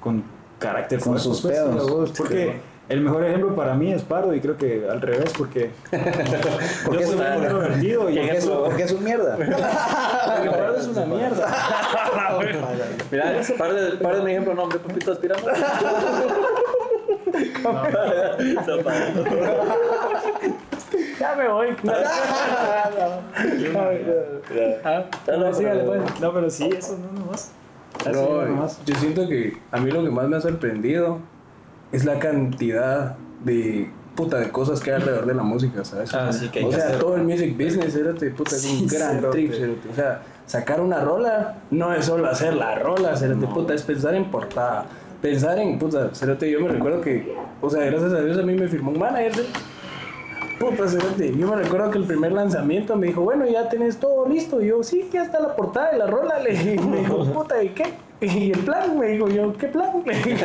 Speaker 5: con carácter
Speaker 1: Con
Speaker 5: fuerte,
Speaker 1: sus
Speaker 5: pues,
Speaker 1: pedos.
Speaker 5: sí, a vos, porque el mejor ejemplo para mí es Pardo y creo que al revés porque
Speaker 1: ¿Por qué
Speaker 5: yo
Speaker 1: es
Speaker 5: soy muy
Speaker 1: un mierda?
Speaker 5: introvertido y
Speaker 1: ¿Por qué es un- por qué es un mierda?
Speaker 5: porque Pardo es una mierda
Speaker 2: Mira, par de, par de un ejemplo, no, hombre, papito, aspiramos.
Speaker 7: Ya me voy. Ah,
Speaker 5: No,
Speaker 7: pues.
Speaker 5: pero, no, pero sí, eso no nomás. Eso no
Speaker 7: No,
Speaker 5: nomás.
Speaker 7: yo siento que a mí lo que más me ha sorprendido es la cantidad de puta de cosas que hay alrededor de la música, ¿sabes?
Speaker 5: Ah, sí, que hay
Speaker 7: o
Speaker 5: que
Speaker 7: sea,
Speaker 5: hacer.
Speaker 7: todo el music business, espérate, puta, es
Speaker 5: Sí,
Speaker 7: un gran
Speaker 5: cerote.
Speaker 7: trip, cerote. O sea, sacar una rola no es solo hacer la rola, cerote, puta, es pensar en portada. Pensar en, puta, cerote, yo me recuerdo que, o sea, gracias a Dios a mí me firmó un manager, cerote. Puta, cerote, yo me recuerdo que el primer lanzamiento me dijo, bueno, ya tenés todo listo. Y yo, sí, ya está la portada de la rola. Le dije, me dijo, puta, ¿y qué? Y el plan, me dijo yo, ¿qué plan? Le dije,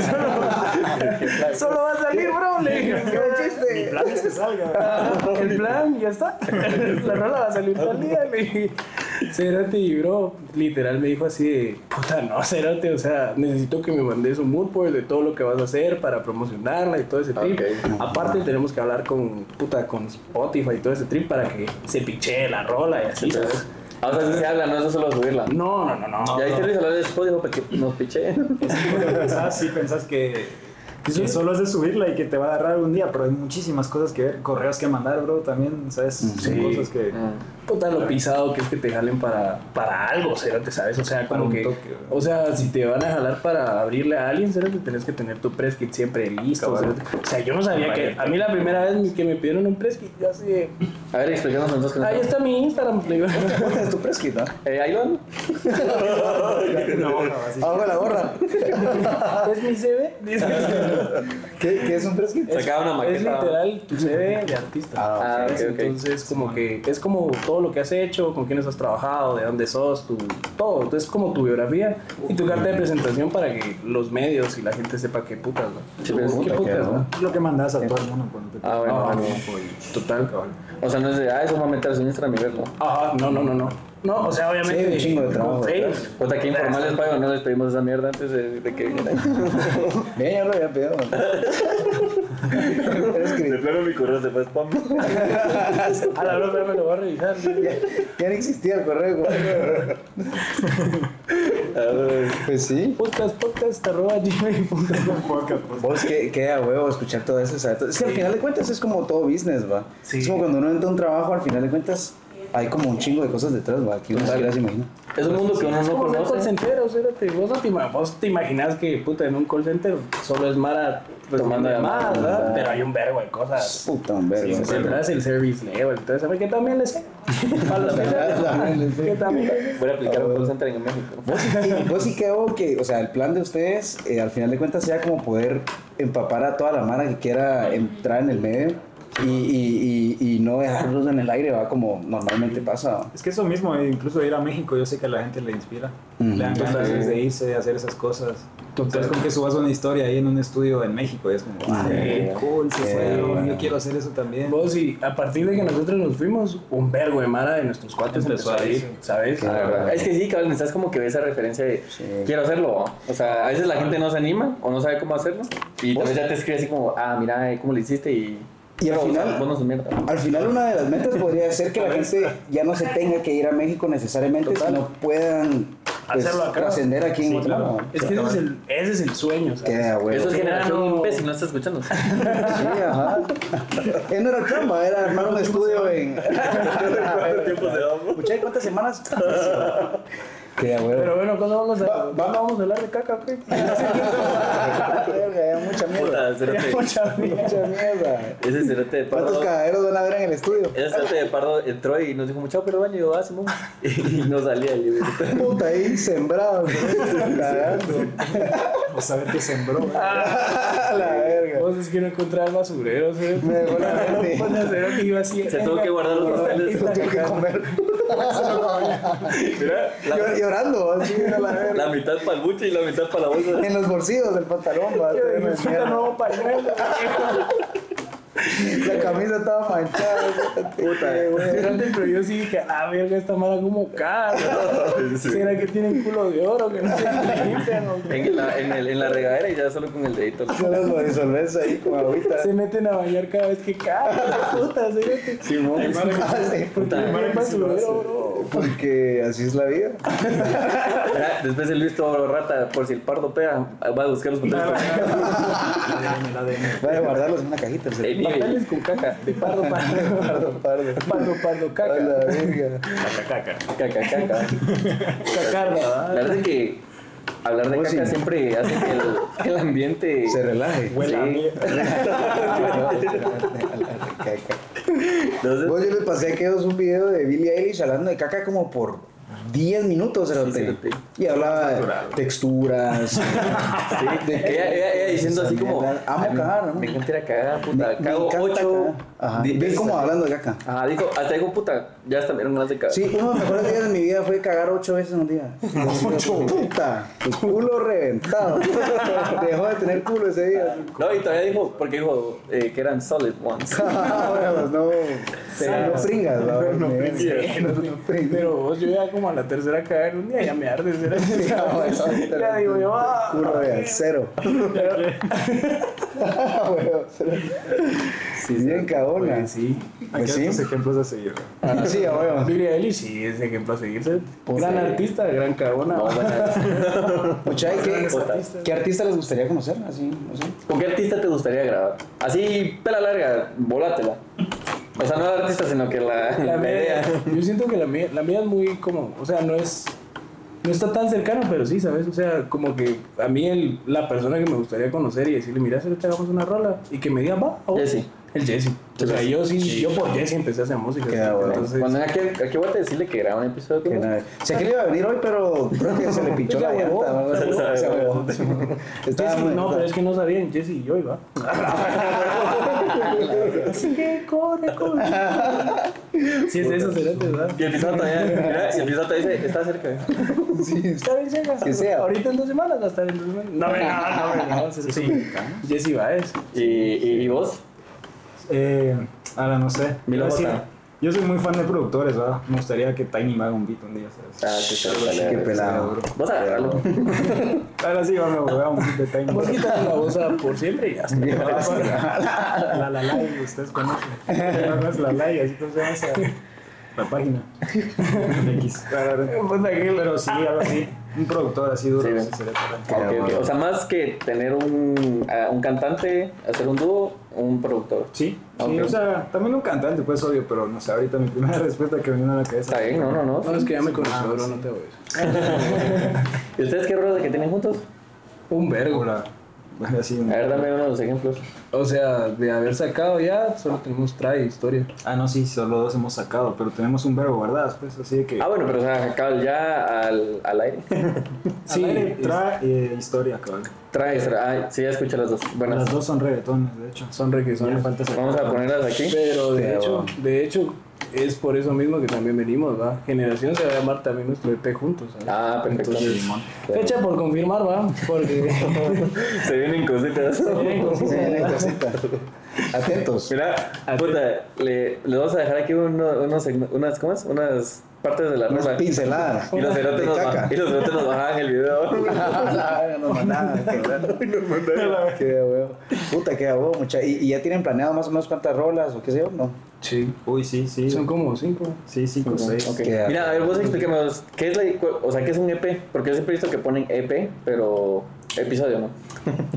Speaker 7: solo, solo va a salir, bro. Le dije,
Speaker 5: Mi plan es que salga.
Speaker 7: el plan, ya está. La rola va a salir tal día. Le dije, Cerote, y bro, literal me dijo así de, puta, no, Cerote, o sea, necesito que me mandes un mood board de todo lo que vas a hacer para promocionarla y todo ese trip. Aparte, tenemos que hablar con, puta, con Spotify y todo ese trip para que se pichee la rola y así, ¿sabes?
Speaker 2: Ah, O sea, si se habla, no es solo subirla.
Speaker 7: No, no, no, no.
Speaker 2: Y ahí tienes que hablar de Spotify para que "Pues, nos piche.
Speaker 5: Pensás, sí, pensás que, que solo es de subirla y que te va a agarrar algún día, pero hay muchísimas cosas que ver, correos que mandar, bro, también, ¿sabes? Son
Speaker 7: Sí.
Speaker 5: cosas que...
Speaker 7: Puta lo pisado que es que te jalen para, para algo, cerote, ¿sabes? O sea,
Speaker 5: Para
Speaker 7: como
Speaker 5: un
Speaker 7: que.
Speaker 5: toque, ¿verdad?
Speaker 7: o sea, si te van a jalar para abrirle a alguien, cerote, tenés que tener tu press kit siempre listo.
Speaker 5: Cabal.
Speaker 7: cerote. O sea, yo no sabía
Speaker 5: Cabal.
Speaker 7: que. A mí la primera vez que me pidieron un press kit, yo así de,
Speaker 2: A ver, explícanos entonces. que no
Speaker 7: Ahí está mi Instagram, le digo.
Speaker 1: Puta, es tu presquit, ¿no?
Speaker 2: Eh, ahí van.
Speaker 5: Una hoja, así.
Speaker 1: Abajo de la gorra.
Speaker 7: Es mi CV.
Speaker 1: ¿Qué, qué es un presquit?
Speaker 2: Sacaba una
Speaker 7: Es
Speaker 2: maqueta.
Speaker 7: literal tu CV de artista.
Speaker 2: Ah, ok,
Speaker 7: ¿sabes?
Speaker 2: ok.
Speaker 7: Entonces, como que es como todo lo que has hecho, con quiénes has trabajado, de dónde sos, tu, todo. Entonces, es como tu biografía y tu carta de presentación para que los medios y la gente sepa qué putas, ¿no?
Speaker 2: Sí, pues, pero-
Speaker 7: qué putas, ¿no?
Speaker 5: Es lo que mandas a todo el mundo cuando te
Speaker 2: Ah, bueno,
Speaker 5: Ah,
Speaker 2: bueno. pues,
Speaker 5: y- Total, cabrón.
Speaker 2: O sea, no es de, ah, eso va a meter su Instagram y verlo.
Speaker 7: Ajá, Ah, no, no, no, no. No, o sea, obviamente.
Speaker 1: Sí, un chingo de trabajo
Speaker 7: Sí.
Speaker 1: detrás.
Speaker 2: O sea, que informal les pago, no les pedimos esa mierda antes de, de que vinieran.
Speaker 1: Bien, ya lo había pedido. Eres
Speaker 9: De
Speaker 1: cri-
Speaker 9: plano mi correo se fue spam.
Speaker 7: A la verdad, me lo voy a revisar.
Speaker 1: Ya, ya no existía el correo. güey. Pues sí.
Speaker 7: Podcast, podcast, arroba gmail.com.
Speaker 1: Vos que queda huevo escuchar todo eso. o sea, Es que al final de cuentas es como todo business, va.
Speaker 7: Sí.
Speaker 1: Es como cuando uno entra a un trabajo, al final de cuentas hay como un chingo de cosas detrás, va. Que uno ni siquiera se imagina.
Speaker 2: Es un mundo que uno
Speaker 7: Es
Speaker 2: no
Speaker 7: como ser call
Speaker 2: conoce.
Speaker 7: center, o sea, te- vos, no te, ima- vos te imaginas que puta, en un call center solo es Mara
Speaker 2: Tomando
Speaker 7: tomando llamadas,
Speaker 2: llamadas,
Speaker 7: ¿verdad?
Speaker 2: ¿verdad?
Speaker 7: Pero hay un verbo de cosas.
Speaker 1: Puta, un verga.
Speaker 7: Si entras el service level, entonces a ver que también le sé. A los que saben,
Speaker 1: También le sé.
Speaker 7: que también le sé.
Speaker 2: Voy a aplicar un call center en México. Ah,
Speaker 1: Vos Ah, sí, que- vos sí creo que, o sea, el plan de ustedes, eh, al final de cuentas, sea como poder empapar a toda la mara que quiera entrar en el medio y, y- y- y no dejarlos en el aire, va como normalmente pasa. ¿va?
Speaker 5: Es que eso mismo, eh, incluso ir a México, yo sé que a la gente le inspira.
Speaker 1: Ujú.
Speaker 5: Le dan ganas
Speaker 2: Sí.
Speaker 5: de irse, de hacer esas cosas. Entonces, como que subas una historia ahí en un estudio en México y es como, ah,
Speaker 1: Sí.
Speaker 5: qué cool, se
Speaker 1: Sí.
Speaker 5: fueron, yo quiero hacer eso también.
Speaker 7: Vos y a partir de que nosotros nos fuimos, un vergo de mara de nuestros cuates empezó,
Speaker 5: Empezó
Speaker 7: a
Speaker 5: a
Speaker 7: ir,
Speaker 5: irse.
Speaker 7: ¿sabes?
Speaker 2: La verdad. Es que sí, cabrón, estás como que ve esa referencia de
Speaker 1: Sí.
Speaker 2: quiero hacerlo. O sea, a veces la gente no se anima o no sabe cómo hacerlo. Y tal vez ya te escribe así como, ah, mira, eh, ¿cómo le hiciste? Y,
Speaker 1: Y al
Speaker 2: pero, o sea,
Speaker 1: final-
Speaker 2: vos no sos mierda.
Speaker 1: Al final una de las metas podría ser que la gente ya no se tenga que ir a México necesariamente, sino puedan pues,
Speaker 7: Hacerlo acá.
Speaker 1: trascender aquí en
Speaker 5: Sí,
Speaker 1: Guatemala.
Speaker 5: claro.
Speaker 7: Es que ese es el, ese es el sueño,
Speaker 1: Qué
Speaker 7: ¿sabes?
Speaker 1: a huevo.
Speaker 2: Eso es
Speaker 7: Sí,
Speaker 1: Ah,
Speaker 2: generación
Speaker 7: no.
Speaker 2: imbécil, no estás escuchando.
Speaker 1: Sí, ajá. Eh, no era chamba, era armar un estudio en. ¿Cuánto tiempo se da? Muchachos, ¿cuántas semanas? Qué a huevo.
Speaker 7: Pero bueno, ¿cuándo vamos a,
Speaker 1: Va- va-
Speaker 7: ¿cuándo vamos a hablar de caca, güey?
Speaker 1: Verga, ya mucha mierda.
Speaker 2: Puta, cerote.
Speaker 1: Ya mucha mierda. Mucha mierda.
Speaker 2: Ese cerote de
Speaker 1: ¿Cuántos
Speaker 2: pardo.
Speaker 1: cagaderos van a haber en el estudio?
Speaker 2: Ese cerote de pardo entró y nos dijo, muchacho, pero bueno, y yo, ah, Simón. Y no salía el libro.
Speaker 1: Puta, ahí sembrado. Cagando.
Speaker 5: O saber que sembró. ¿eh?
Speaker 1: Ah. A la verga.
Speaker 7: Vos es que no ¿eh? encontraba el basurero, ¿sabes?
Speaker 1: Me dejó la mente.
Speaker 7: Un basurero que iba así.
Speaker 2: Se tuvo que guardar los pasteles.
Speaker 1: Yo tengo que comer. Llor-
Speaker 2: La,
Speaker 1: Llorando, así a la verga.
Speaker 2: la mitad para el buche y la mitad para la bolsa.
Speaker 1: En los bolsillos del pantalón, va,
Speaker 7: Yo
Speaker 1: tremendo.
Speaker 7: dije, puta, nuevo pañuelo.
Speaker 1: La camisa estaba manchada. Puta,
Speaker 7: Espérate, pero yo sí dije, ah, verga, esta mala como cara. ¿Será que tienen culo de oro? Que no se limpian. o qué?
Speaker 2: En la, en, el, en la regadera y ya solo con el dedito.
Speaker 1: Solo lo disolves ahí con agüita.
Speaker 7: Se meten a bañar cada vez que cagan. Puta, ¿sí?
Speaker 1: Simón, Ah, sí,
Speaker 7: Porque
Speaker 2: Puta,
Speaker 7: no hay basurero, bro.
Speaker 1: porque así es la vida.
Speaker 2: Mira, Después el visto rata, por si el pardo pega, va a buscar los papeles.
Speaker 1: Ah,
Speaker 5: ADN, el ADN.
Speaker 1: Voy a guardarlos en una cajita. se-
Speaker 2: En eBay.
Speaker 7: Papeles con caca. De pardo, pardo.
Speaker 1: Pardo, pardo.
Speaker 7: Pardo, pardo,
Speaker 1: A
Speaker 7: caca.
Speaker 1: la verga.
Speaker 2: Caca, caca. La
Speaker 7: Cacarda.
Speaker 2: verdad es que hablar de
Speaker 1: Vos
Speaker 2: caca
Speaker 1: Pues sí.
Speaker 2: siempre hace que el, el ambiente.
Speaker 1: Se relaje.
Speaker 5: Huele a mierda.
Speaker 2: Entonces,
Speaker 1: Vos yo le pasé a Keos un video de Billie Eilish hablando de caca como por 10 minutos. cerote.
Speaker 2: cerote.
Speaker 1: y hablaba de texturas. de
Speaker 2: ella, ella- ella diciendo así
Speaker 1: esa
Speaker 2: como.
Speaker 1: mierda. Pues, Amo
Speaker 2: "Ay,
Speaker 1: cagar, amo
Speaker 2: Me encanta ir a cagar, puta.
Speaker 1: Me
Speaker 2: Cago
Speaker 1: encanta
Speaker 2: ocho.
Speaker 1: cagar. Ajá.
Speaker 2: diez
Speaker 1: Bien
Speaker 2: veces
Speaker 1: como
Speaker 2: al día".
Speaker 1: hablando de caca.
Speaker 2: Ajá, dijo, hasta dijo, puta, ya hasta me dieron ganas de cagar.
Speaker 1: Sí, uno de los mejores días de mi vida fue cagar ocho veces en un día. ¡Ocho! ¡Puta! El culo reventado. Dejó de tener culo ese día.
Speaker 2: No, y todavía dijo, porque dijo eh, que eran solid ones.
Speaker 1: Ahora, pues, no. No pringas, va, pues, me- no, no pringas.
Speaker 7: Pero vos, yo ya como a la tercera caer un día ya me arde. ¿será?
Speaker 1: Ya
Speaker 7: Ya digo yo, ah.
Speaker 1: Culo de acero. Ah, bueno, cero. Bien
Speaker 5: Oye,
Speaker 1: cagona.
Speaker 5: sí. Hay
Speaker 1: Pues
Speaker 5: que
Speaker 1: sí.
Speaker 5: otros ejemplos a seguir. ¿no?
Speaker 1: Ah, Sí, a huevo.
Speaker 7: Billie Eilish sí es ejemplo a seguirse.
Speaker 1: Pues,
Speaker 7: gran
Speaker 1: sí.
Speaker 7: artista, gran cagona.
Speaker 2: No, bueno,
Speaker 1: Mucha, ¿y ¿qué,
Speaker 2: Puta.
Speaker 1: ¿qué artista les gustaría conocer? Así, no sé.
Speaker 2: ¿Con qué artista te gustaría grabar? Así, pela larga, volátela. O sea, no el artista, sino que la,
Speaker 7: la
Speaker 2: la
Speaker 7: mía,
Speaker 2: idea.
Speaker 7: yo siento que la mía, la mía es muy como, o sea, no es, no está tan cercano, pero sí, ¿sabes? O sea, como que a mí el- la persona que me gustaría conocer y decirle, mira, si te hagamos una rola y que me diga, va, a vos".
Speaker 2: Jesse.
Speaker 7: El Jesse. O sea, yo sí, yo por Jesse empecé a hacer música.
Speaker 1: Qué bueno.
Speaker 7: entonces,
Speaker 2: Cuando aquí, aquí voy a decirle que graba un episodio.
Speaker 1: Que
Speaker 2: ¿no?
Speaker 1: nada. Sé que le iba a venir hoy, pero creo que se le pinchó la
Speaker 7: Se
Speaker 1: llanta.
Speaker 7: huevó.
Speaker 1: ¿no? Se huevó, se huevó. Estaba
Speaker 7: Jesse,
Speaker 1: muy-
Speaker 7: no, pero es que no sabían, Jesse y yo iba. Así que corre, corre. Si es de esos cerotes, ¿verdad?
Speaker 2: Y el pisado todavía, mira, y el pisado todavía dice, está cerca.
Speaker 7: Está bien, llega.
Speaker 1: Que sea.
Speaker 7: Ahorita en dos semanas va a estar en dos semanas. No, no, no, no, no. Sí, sí. Jesse Baez.
Speaker 2: Y, y, y vos,
Speaker 5: Eh, ahora no sé.
Speaker 2: Milo
Speaker 5: Yo sí-
Speaker 2: Bota.
Speaker 5: Yo soy muy fan de productores, ¿verdad? Me gustaría que Tiny me haga un beat un día, ¿sabes?
Speaker 2: Ah, sí, sí, sí,
Speaker 1: Qué
Speaker 2: sí.
Speaker 1: pelado.
Speaker 2: vas a agarrarlo.
Speaker 5: Ahora sí, vamos a volver a un beat de Tiny.
Speaker 7: Vos quitas la voz a por siempre y ya está.
Speaker 5: La la lay, ustedes conocen. No es la lay, así como se llama esa- la página. X. Pero sí, algo así. Un productor así duro.
Speaker 2: Pues Sí,
Speaker 5: sí
Speaker 2: bien.
Speaker 5: sería para-
Speaker 2: Ok, ok. O sea, más que tener un, a un cantante, hacer un dúo, un productor.
Speaker 5: Sí, sí,
Speaker 2: Ok.
Speaker 5: o sea, también un cantante, pues obvio, pero no sé, ahorita mi primera respuesta que me vino a la cabeza.
Speaker 2: Está bien, no, no, no.
Speaker 7: No, es que ya me
Speaker 2: Ah,
Speaker 7: conocí, bro, no te voy a decir.
Speaker 2: ¿Y ustedes qué rolas que tienen juntos?
Speaker 7: Un vergo.
Speaker 5: Hola. Así,
Speaker 2: A ver, dame uno de los ejemplos.
Speaker 7: O sea, de haber sacado ya, solo tenemos trae historia.
Speaker 5: ah, no, sí, solo dos hemos sacado, pero tenemos un verbo guardado pues, así de que...
Speaker 2: Ah, bueno, pero o sea, acá ya al, al aire.
Speaker 5: sí, trae eh, historia, cabrón.
Speaker 2: Traes, tra- ah, sí, ya escuché las dos. Buenas.
Speaker 5: Las dos son reggaetones, de hecho.
Speaker 7: Son requisitos.
Speaker 5: Ya falta sacar.
Speaker 2: Vamos a ponerlas aquí.
Speaker 7: Pero de
Speaker 2: Pero-
Speaker 7: hecho, de hecho, es por eso mismo que también venimos, ¿va? Generación se va a llamar también nuestro EP juntos. ¿sabes?
Speaker 2: Ah, perfecto.
Speaker 7: Entonces, fecha por confirmar, ¿va? Porque
Speaker 2: Se vienen cositas.
Speaker 1: Miren la cosita. Atentos.
Speaker 2: Mira, puta, le, les vamos a dejar aquí uno- unos, segmen- unas, ¿cómo es? Unas partes de la
Speaker 1: Unas
Speaker 2: rola.
Speaker 1: pinceladas.
Speaker 2: Y los cerotes
Speaker 1: de
Speaker 2: nos,
Speaker 1: caca.
Speaker 2: ba- y los cerotes nos bajaban el video.
Speaker 1: no mandaban, qué huevo. Qué huevo. Puta, qué huevo, mucha. ¿Y, y ya tienen planeado más o menos cuántas rolas o qué sé yo? No.
Speaker 7: sí,
Speaker 5: Uy, sí, sí.
Speaker 7: son como cinco.
Speaker 5: Sí, cinco, seis.
Speaker 1: Qué-
Speaker 2: Mira, a ver, vos explíqueme, vos, ¿qué es la, cu- o sea, qué es un EP? Porque yo siempre he visto que ponen EP, pero episodio, ¿no?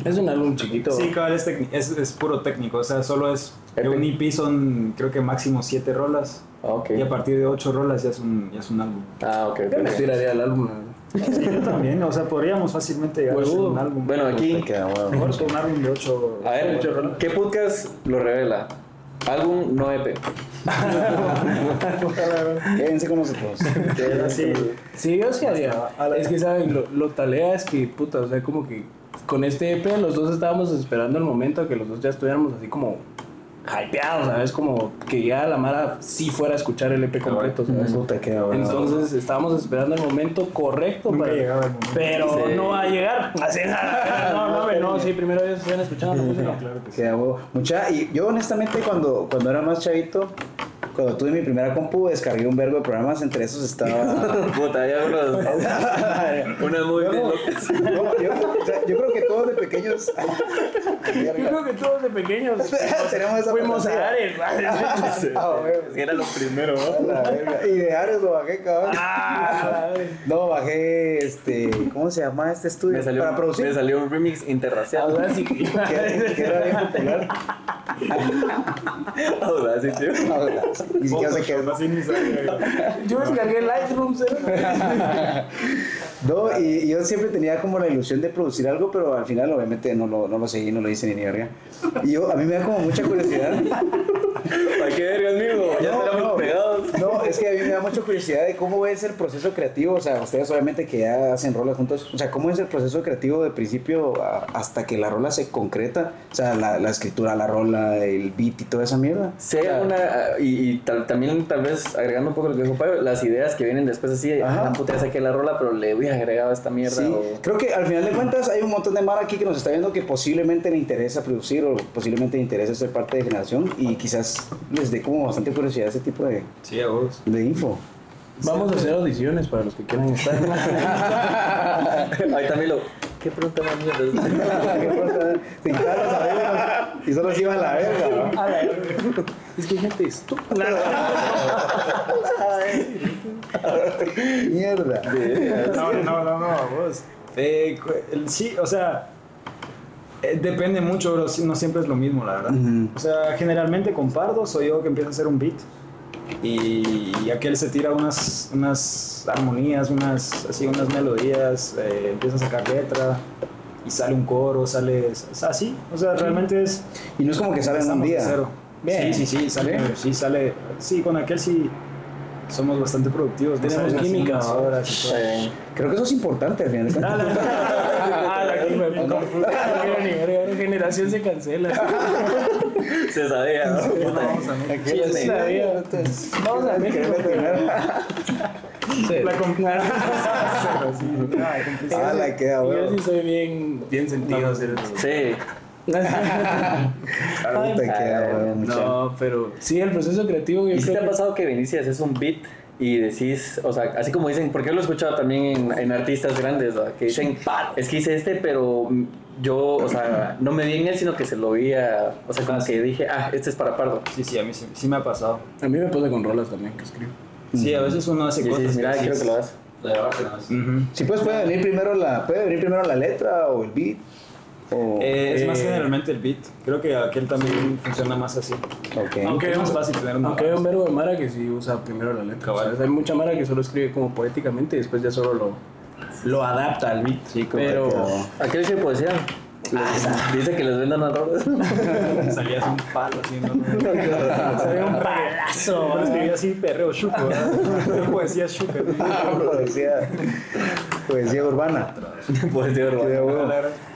Speaker 7: Es un álbum chiquito.
Speaker 5: Sí, cabal, es, tecni- es, es puro técnico, o sea, solo es...
Speaker 2: Epic.
Speaker 5: Un EP son, creo que máximo siete rolas,
Speaker 2: Ah, ok.
Speaker 5: y a partir de ocho rolas ya es un, ya es un álbum.
Speaker 2: Ah, ok, ok,
Speaker 7: Yo me
Speaker 2: ok.
Speaker 7: tiraría el álbum. la verdad.
Speaker 5: Sí, yo también, o sea, podríamos fácilmente llegar a hacer
Speaker 7: Huevudo.
Speaker 5: un álbum.
Speaker 2: Bueno, aquí,
Speaker 1: Qué huevo.
Speaker 5: Mejor que un álbum de ocho...
Speaker 2: a ver, ¿qué podcast lo revela? Álbum no E EP.
Speaker 1: Quédense con nosotros.
Speaker 5: Era así.
Speaker 7: Sí, yo sí haría.
Speaker 5: A la-
Speaker 7: Es que, ¿saben? Lo, lo talea es que, puta, o sea, como que con este EP los dos estábamos esperando el momento que los dos ya estuviéramos así como hypeados, ¿sabes? Como que ya la Mara sí fuera a escuchar el EP completo, ¿sabes?
Speaker 1: Puta, qué huevo.
Speaker 7: Entonces estábamos esperando el momento correcto
Speaker 5: Nunca
Speaker 7: para
Speaker 5: llegaba el momento.
Speaker 7: Pero
Speaker 2: Sí.
Speaker 7: no va a llegar. Así es. No, mames, no, sí, primero ellos están escuchando pues la música.
Speaker 1: Sí, a huevo. Mucha, y yo honestamente cuando, cuando era más chavito, cuando tuve mi primera compu, descargué un vergo de programas, entre esos estaba...
Speaker 2: Puta, ya unos, unas muy bien locas.
Speaker 1: No, yo, o sea, yo creo que todos de pequeños...
Speaker 7: Yo creo que todos de pequeños
Speaker 1: Tenemos esa
Speaker 7: fuimos a
Speaker 1: fantasía.
Speaker 7: Ares.
Speaker 1: Ah, huevo.
Speaker 2: Era lo primero, ¿no?
Speaker 1: La verga. Y de Ares lo bajé, cabrón.
Speaker 7: Ah, la verga.
Speaker 1: No, bajé este... ¿Cómo se llama este estudio?
Speaker 2: Me salió,
Speaker 1: Para producir.
Speaker 2: me salió un remix interracial.
Speaker 1: que,
Speaker 7: Audacity.
Speaker 1: que era bien popular.
Speaker 2: Ah. Audacity.
Speaker 1: No, o sea, ni siquiera sé qué es.
Speaker 5: Así ni sabía.
Speaker 7: Yo descargué Lightroom, ¿sabes?
Speaker 1: No, y y yo siempre tenía como la ilusión de producir algo, pero al final obviamente no lo, no lo seguí, no lo hice ni ni verga. Y yo, a mí me da como mucha curiosidad.
Speaker 2: ¿Para qué vergas, amigo? Ya
Speaker 1: No,
Speaker 2: estábamos
Speaker 1: no.
Speaker 2: pegados.
Speaker 1: No, es que a mí me da mucha curiosidad de cómo es el proceso creativo. O sea, ustedes obviamente que ya hacen rolas juntos. O sea, cómo es el proceso creativo de principio a- hasta que la rola se concreta. O sea, la, la escritura, la rola, el beat y toda esa mierda.
Speaker 2: Sea una. Y, y tal- también, tal vez, agregando un poco lo que dijo Payo, las ideas que vienen después así. de,
Speaker 1: Ajá.
Speaker 2: Ah, puta, ya saqué la rola, pero le voy a agregar esta mierda.
Speaker 1: Sí,
Speaker 2: o-
Speaker 1: creo que al final de cuentas hay un montón de mar aquí que nos está viendo que posiblemente le interesa producir o posiblemente le interesa ser parte de generación y quizás les dé como bastante curiosidad ese tipo de,
Speaker 5: Sí, a vos.
Speaker 1: de info.
Speaker 7: Vamos a hacer audiciones para los que quieran estar.
Speaker 2: Ahí también lo. ¿Qué pregunta más mierda?
Speaker 1: Se quitaron los arreglos y solo se iba a la verga. ¿no?
Speaker 7: Es que hay gente estúpida.
Speaker 1: Mierda.
Speaker 5: No, no, no, no, a vos. Eh, cu- el- sí, o sea, eh, depende mucho, bro, sí, no siempre es lo mismo, la verdad. O sea, generalmente con Pardo soy yo que empiezo a hacer un beat y, y aquel se tira unas, unas armonías, unas, así, unas melodías, eh, empieza a sacar letra y sale un coro, sale o sea, así. O sea, realmente es...
Speaker 1: Y no es como que salen un
Speaker 5: Empezamos de
Speaker 1: día.
Speaker 5: cero.
Speaker 1: Bien.
Speaker 5: Sí, sí, sí, sale,
Speaker 1: Bien.
Speaker 5: sí, sale. Sí, con aquel sí somos bastante productivos. ¿no?
Speaker 7: Tenemos
Speaker 5: Salen las
Speaker 7: química.
Speaker 5: unas horas y todo.
Speaker 1: Creo que eso es importante al final de cuentas.
Speaker 7: Ah, la que me puta. Generación se cancela.
Speaker 2: Se sabía, ¿no? Puta.
Speaker 1: Aquí
Speaker 7: Sí,
Speaker 1: les-
Speaker 7: sí, la vida.
Speaker 1: Entonces,
Speaker 7: Vamos a
Speaker 1: que
Speaker 7: México.
Speaker 1: terminar.
Speaker 7: La
Speaker 1: Ah, la queda,
Speaker 7: Yo
Speaker 1: huevo.
Speaker 7: sí soy bien, bien sentido.
Speaker 2: Sí.
Speaker 1: Ahorita queda, huevo, mucha.
Speaker 7: No, pero sí, el proceso creativo yo
Speaker 2: ¿Y si te
Speaker 7: creo
Speaker 2: ha
Speaker 7: que-
Speaker 2: pasado que venís y haces un beat y decís, o sea, así como dicen, porque yo lo he escuchado también en, en artistas grandes, ¿va? que dicen, es que hice este, pero mm, yo, o sea, no me vi en él, sino que se lo vi a, o sea, como que dije, ah, este es para Pardo.
Speaker 5: Sí, sí, a mí sí, sí me ha pasado.
Speaker 7: A mí me pasa con rolas también que escribo.
Speaker 5: Sí, a veces uno hace
Speaker 2: Y
Speaker 5: cosas.
Speaker 2: decís, mira, quiero que lo hagas.
Speaker 5: Ujú.
Speaker 1: Si puedes, pues, puede venir primero la, puede venir primero la letra o el beat. O...
Speaker 5: Eh, es más
Speaker 7: Eh,
Speaker 5: generalmente el beat. Creo que aquel también funciona más así.
Speaker 1: ok.
Speaker 7: Aunque
Speaker 5: es más
Speaker 7: un-
Speaker 5: fácil tener un
Speaker 7: Aunque hay un verbo de Mara que sí usa primero la letra.
Speaker 5: Cabal.
Speaker 7: ¿sabes? Hay mucha Mara que solo escribe como poéticamente y después ya solo lo, lo adapta al beat.
Speaker 1: Sí, como
Speaker 7: pero
Speaker 1: que-
Speaker 2: ¿A qué le hice poesía? Les- Dice que les vendan errores.
Speaker 5: Salías un palo haciendo. Salía un palazo. Pero escribía así perreo chuco, ¿verdad? Poesía chuca.
Speaker 1: Ah, Poesía, poesía urbana.
Speaker 2: Pues de
Speaker 1: Sí,
Speaker 2: verdad.
Speaker 1: de huevo.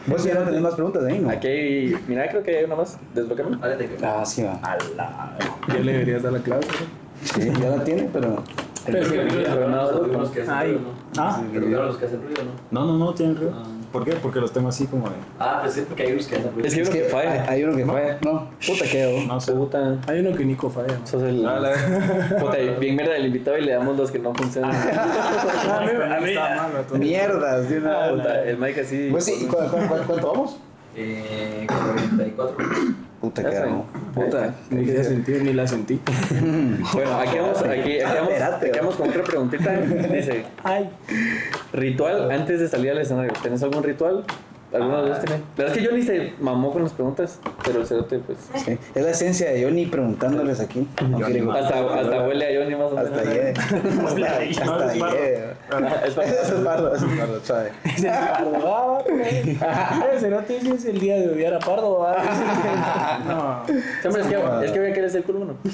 Speaker 1: Vos ya no tenés más preguntas ahí, ¿no?
Speaker 2: Aquí hay, mira, creo que hay una más. Desbloqueame.
Speaker 1: Ah, sí, va.
Speaker 7: Ya le deberías dar la clase.
Speaker 1: Sí, ya la tiene, pero.
Speaker 7: Pero que-
Speaker 9: Algunos que hacen ruido, ¿no?
Speaker 5: Ah,
Speaker 9: Pero claro, los que hacen ruido, ¿no?
Speaker 5: no, no, no, tienen
Speaker 7: Ah.
Speaker 5: ruido. ¿Por qué? Porque los tengo así como de.
Speaker 9: Ah, pues sí, porque hay unos que hacen ruido.
Speaker 2: Es que uno
Speaker 1: Es
Speaker 2: que
Speaker 1: que hay,
Speaker 2: falla.
Speaker 1: hay uno que falla. No, puta quedó.
Speaker 5: No sé.
Speaker 2: Puta.
Speaker 7: Hay uno que Nico falla.
Speaker 2: Sos el. Puta, y bien mierda del invitado y le damos los que no
Speaker 1: Ah,
Speaker 2: funcionan.
Speaker 7: Ah,
Speaker 5: Está malo, entonces.
Speaker 1: Mierdas, de una puta.
Speaker 2: Puta, el Mike así.
Speaker 1: Pues sí, ¿cu- cu- cu- cuánto, vamos?
Speaker 9: Eh, 44.
Speaker 1: Puta
Speaker 2: Ya saben.
Speaker 1: quedó.
Speaker 2: Puta.
Speaker 7: Ni la sentí, ni la sentí.
Speaker 2: Bueno, aquí vamos, aquí, aquí vamos,
Speaker 1: Espérate,
Speaker 2: aquí vamos con otra preguntita. Dice,
Speaker 5: Ay.
Speaker 2: ritual antes de salir al escenario. ¿Tenés algún ritual? ¿Alguno de
Speaker 9: Ah.
Speaker 2: los tenés? La verdad es que Johnny se mamó con las preguntas, pero el cerote, pues.
Speaker 1: Sí. Es la esencia de Johnny preguntándoles aquí. No quiere
Speaker 2: Hasta, hasta huele a Johnny más o menos.
Speaker 1: Ah. Hasta llegue. Hasta
Speaker 5: ahí. No,
Speaker 1: hasta
Speaker 5: es pardo.
Speaker 1: llegue.
Speaker 2: Ah, es para-
Speaker 1: Eso es pardo, eso es pardo, suave.
Speaker 7: Cerote, ese es el día de odiar a Pardo.
Speaker 5: No.
Speaker 2: Siempre es que, es que voy a querer ser culo uno. Pues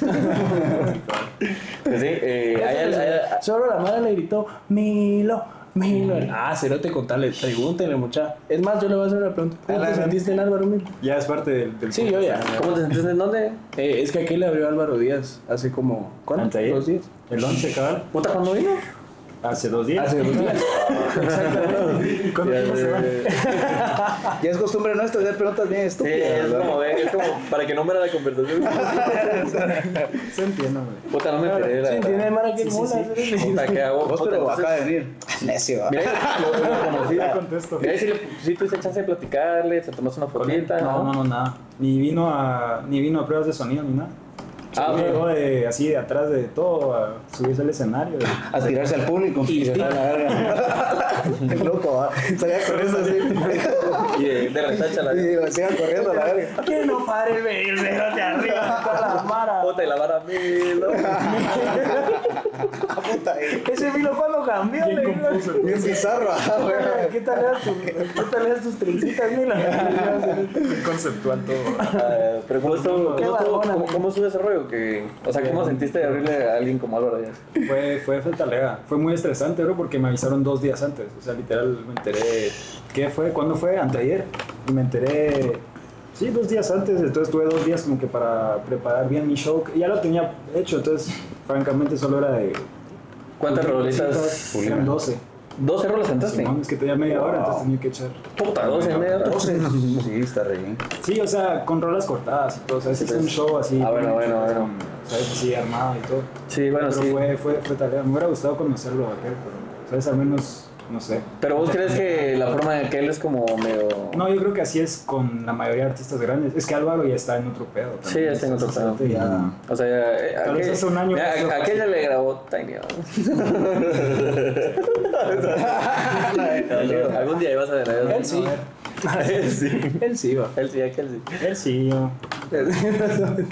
Speaker 2: sí, eh, hay, hay- hay-
Speaker 7: Solo la madre le gritó, Milo, Milo. Ah, Cerote, contale, pregúntele, mucha. Es más, yo le voy a hacer una pregunta. ¿Cómo te sentiste en Álvaro Milo?
Speaker 5: Ya es parte del. del
Speaker 7: Sí, yo ya.
Speaker 2: ¿Cómo te sentiste en dónde?
Speaker 7: Eh, es que aquí le abrió Álvaro Díaz hace como, ¿cuánto?
Speaker 5: Anteayer.
Speaker 1: Pues
Speaker 7: Dos días.
Speaker 5: El 11, cabal.
Speaker 2: ¿Puta cuándo vino?
Speaker 5: Hace dos días.
Speaker 7: Hace dos días.
Speaker 5: ¿Y cuándo
Speaker 2: Ya,
Speaker 5: tiempo se
Speaker 2: ya,
Speaker 5: va?
Speaker 2: ya.
Speaker 1: Ya es costumbre nuestra hacer preguntas bien
Speaker 2: Sí, es
Speaker 1: estúpidas. ¿no?
Speaker 2: como, es como para que no muera la conversación.
Speaker 5: Se entiende, hombre.
Speaker 2: Puta, no me enteré. la
Speaker 7: Sí,
Speaker 2: verdad.
Speaker 7: tiene hermana que mola.
Speaker 2: Puta, ¿qué hago?
Speaker 1: Vos,
Speaker 2: Puta,
Speaker 1: pero
Speaker 2: entonces-
Speaker 1: acaba de venir. Necio, va.
Speaker 2: Mira, lo, lo conocí.
Speaker 5: Ya contesto.
Speaker 2: Mira, si, le- si tuviste chance de platicarle, te tomaste una fotita.
Speaker 5: No, no, no, nada. Ni vino a, ni vino a pruebas de sonido ni nada.
Speaker 2: Ah,
Speaker 5: Ah,
Speaker 2: ok.
Speaker 5: llegó de, así de atrás de todo a subirse al escenario.
Speaker 1: a tirarse al público. Y se fue a la verga. Qué loco, va. Salía corriendo así.
Speaker 2: Y de, de retacha la
Speaker 1: Y digo, sigan corriendo a la verga.
Speaker 7: Que no pare el verguero de arriba con la mara.
Speaker 2: bota y la vara mil. ¿no?
Speaker 1: Ah, puta, eh.
Speaker 7: Ese Milo cuando cambió, le digo.
Speaker 1: Bien bizarro, ah, güey.
Speaker 7: ¿Qué tal eras tu- qué tal eras tus trencitas, Milo?
Speaker 5: Qué conceptual todo.
Speaker 2: Ah, Pero ¿cómo estuvo,
Speaker 7: Qué
Speaker 2: cómo, estuvo-
Speaker 7: barbona,
Speaker 2: cómo-
Speaker 7: güey.
Speaker 2: cómo estuvo ese rollo? Que, o sea, ¿cómo sentiste de abrirle a alguien como Álvaro Díaz?
Speaker 5: Fue, fue fetalega. Fue muy estresante, bro, porque me avisaron dos días antes. O sea, literal me enteré. ¿Qué fue? ¿Cuándo fue? Anteayer. Y me enteré. Sí, dos días antes. Entonces tuve dos días como que para preparar bien mi show. Ya lo tenía hecho, entonces, francamente, solo era de.
Speaker 2: ¿Cuántas rolitas?
Speaker 5: Eran 12.
Speaker 2: 12 rolas sentaste.
Speaker 5: Pues, Simón, es que tenía media hora, entonces tenía que echar.
Speaker 2: Puta, 12 y media hora.
Speaker 1: Sí, está re bien.
Speaker 5: Sí, o sea, con rolas cortadas y todo. O sea, ese es un show así.
Speaker 2: Ah, bueno, bueno,
Speaker 5: con-
Speaker 2: bueno.
Speaker 5: ¿Sabes? Así armado y todo.
Speaker 2: Sí, bueno,
Speaker 5: Pero
Speaker 2: sí.
Speaker 5: fue, fue, fue tarea. Me hubiera gustado conocerlo a aquel, pero, ¿sabes? Al menos, no sé.
Speaker 2: Pero vos crees que la forma de aquel es como medio.
Speaker 5: No, yo creo que así es con la mayoría de artistas grandes. Es que Álvaro ya está en otro pedo.
Speaker 2: Sí, ya está en otro pedo.
Speaker 5: Entonces, ya-
Speaker 2: O sea, eh,
Speaker 5: Tal vez
Speaker 2: aquel-
Speaker 5: hace un año
Speaker 2: mira,
Speaker 5: pasó.
Speaker 2: aquel ya le grabó Tiny. ¿no? Algún día ibas a ver a
Speaker 7: Él sí.
Speaker 2: Él sí.
Speaker 7: Él sí va.
Speaker 2: Él sí, aquel sí.
Speaker 5: Él sí, yo.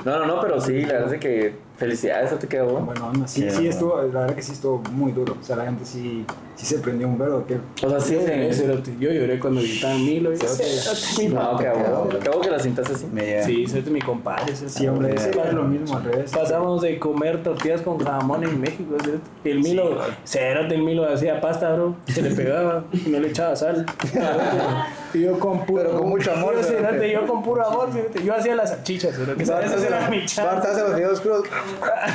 Speaker 2: No, no, no, pero sí, la verdad es que felicidades, eso te quedó.
Speaker 5: Bueno, aún así, sí estuvo, la verdad que sí estuvo muy duro. O sea, la gente sí, sí se prendió un verbo. aquel.
Speaker 2: O sea, sí,
Speaker 7: Yo lloré,
Speaker 2: sí.
Speaker 7: Cerote. Yo lloré cuando gritaban Milo. y- Cerote, Milo.
Speaker 2: No, acabó. Acabó que la cintas así.
Speaker 1: Me llega.
Speaker 7: Sí, Cerote, mi compadre. Cerote.
Speaker 5: Sí, hombre, ese era lo mismo al revés.
Speaker 7: Pasamos de comer tortillas con jamón en México, ¿cierto? Y el Milo, cerote, el Milo hacía pasta, bro. Se le pegaba y no le echaba sal. y yo con puro
Speaker 1: Pero con mucho amor,
Speaker 7: Yo,
Speaker 1: cerote.
Speaker 7: cerote, yo con puro amor, cerote. Yo hacía las salchichas, cerote. ¿sabes? Esa era mi
Speaker 1: Bart
Speaker 7: chance.
Speaker 1: hace los videos crudos.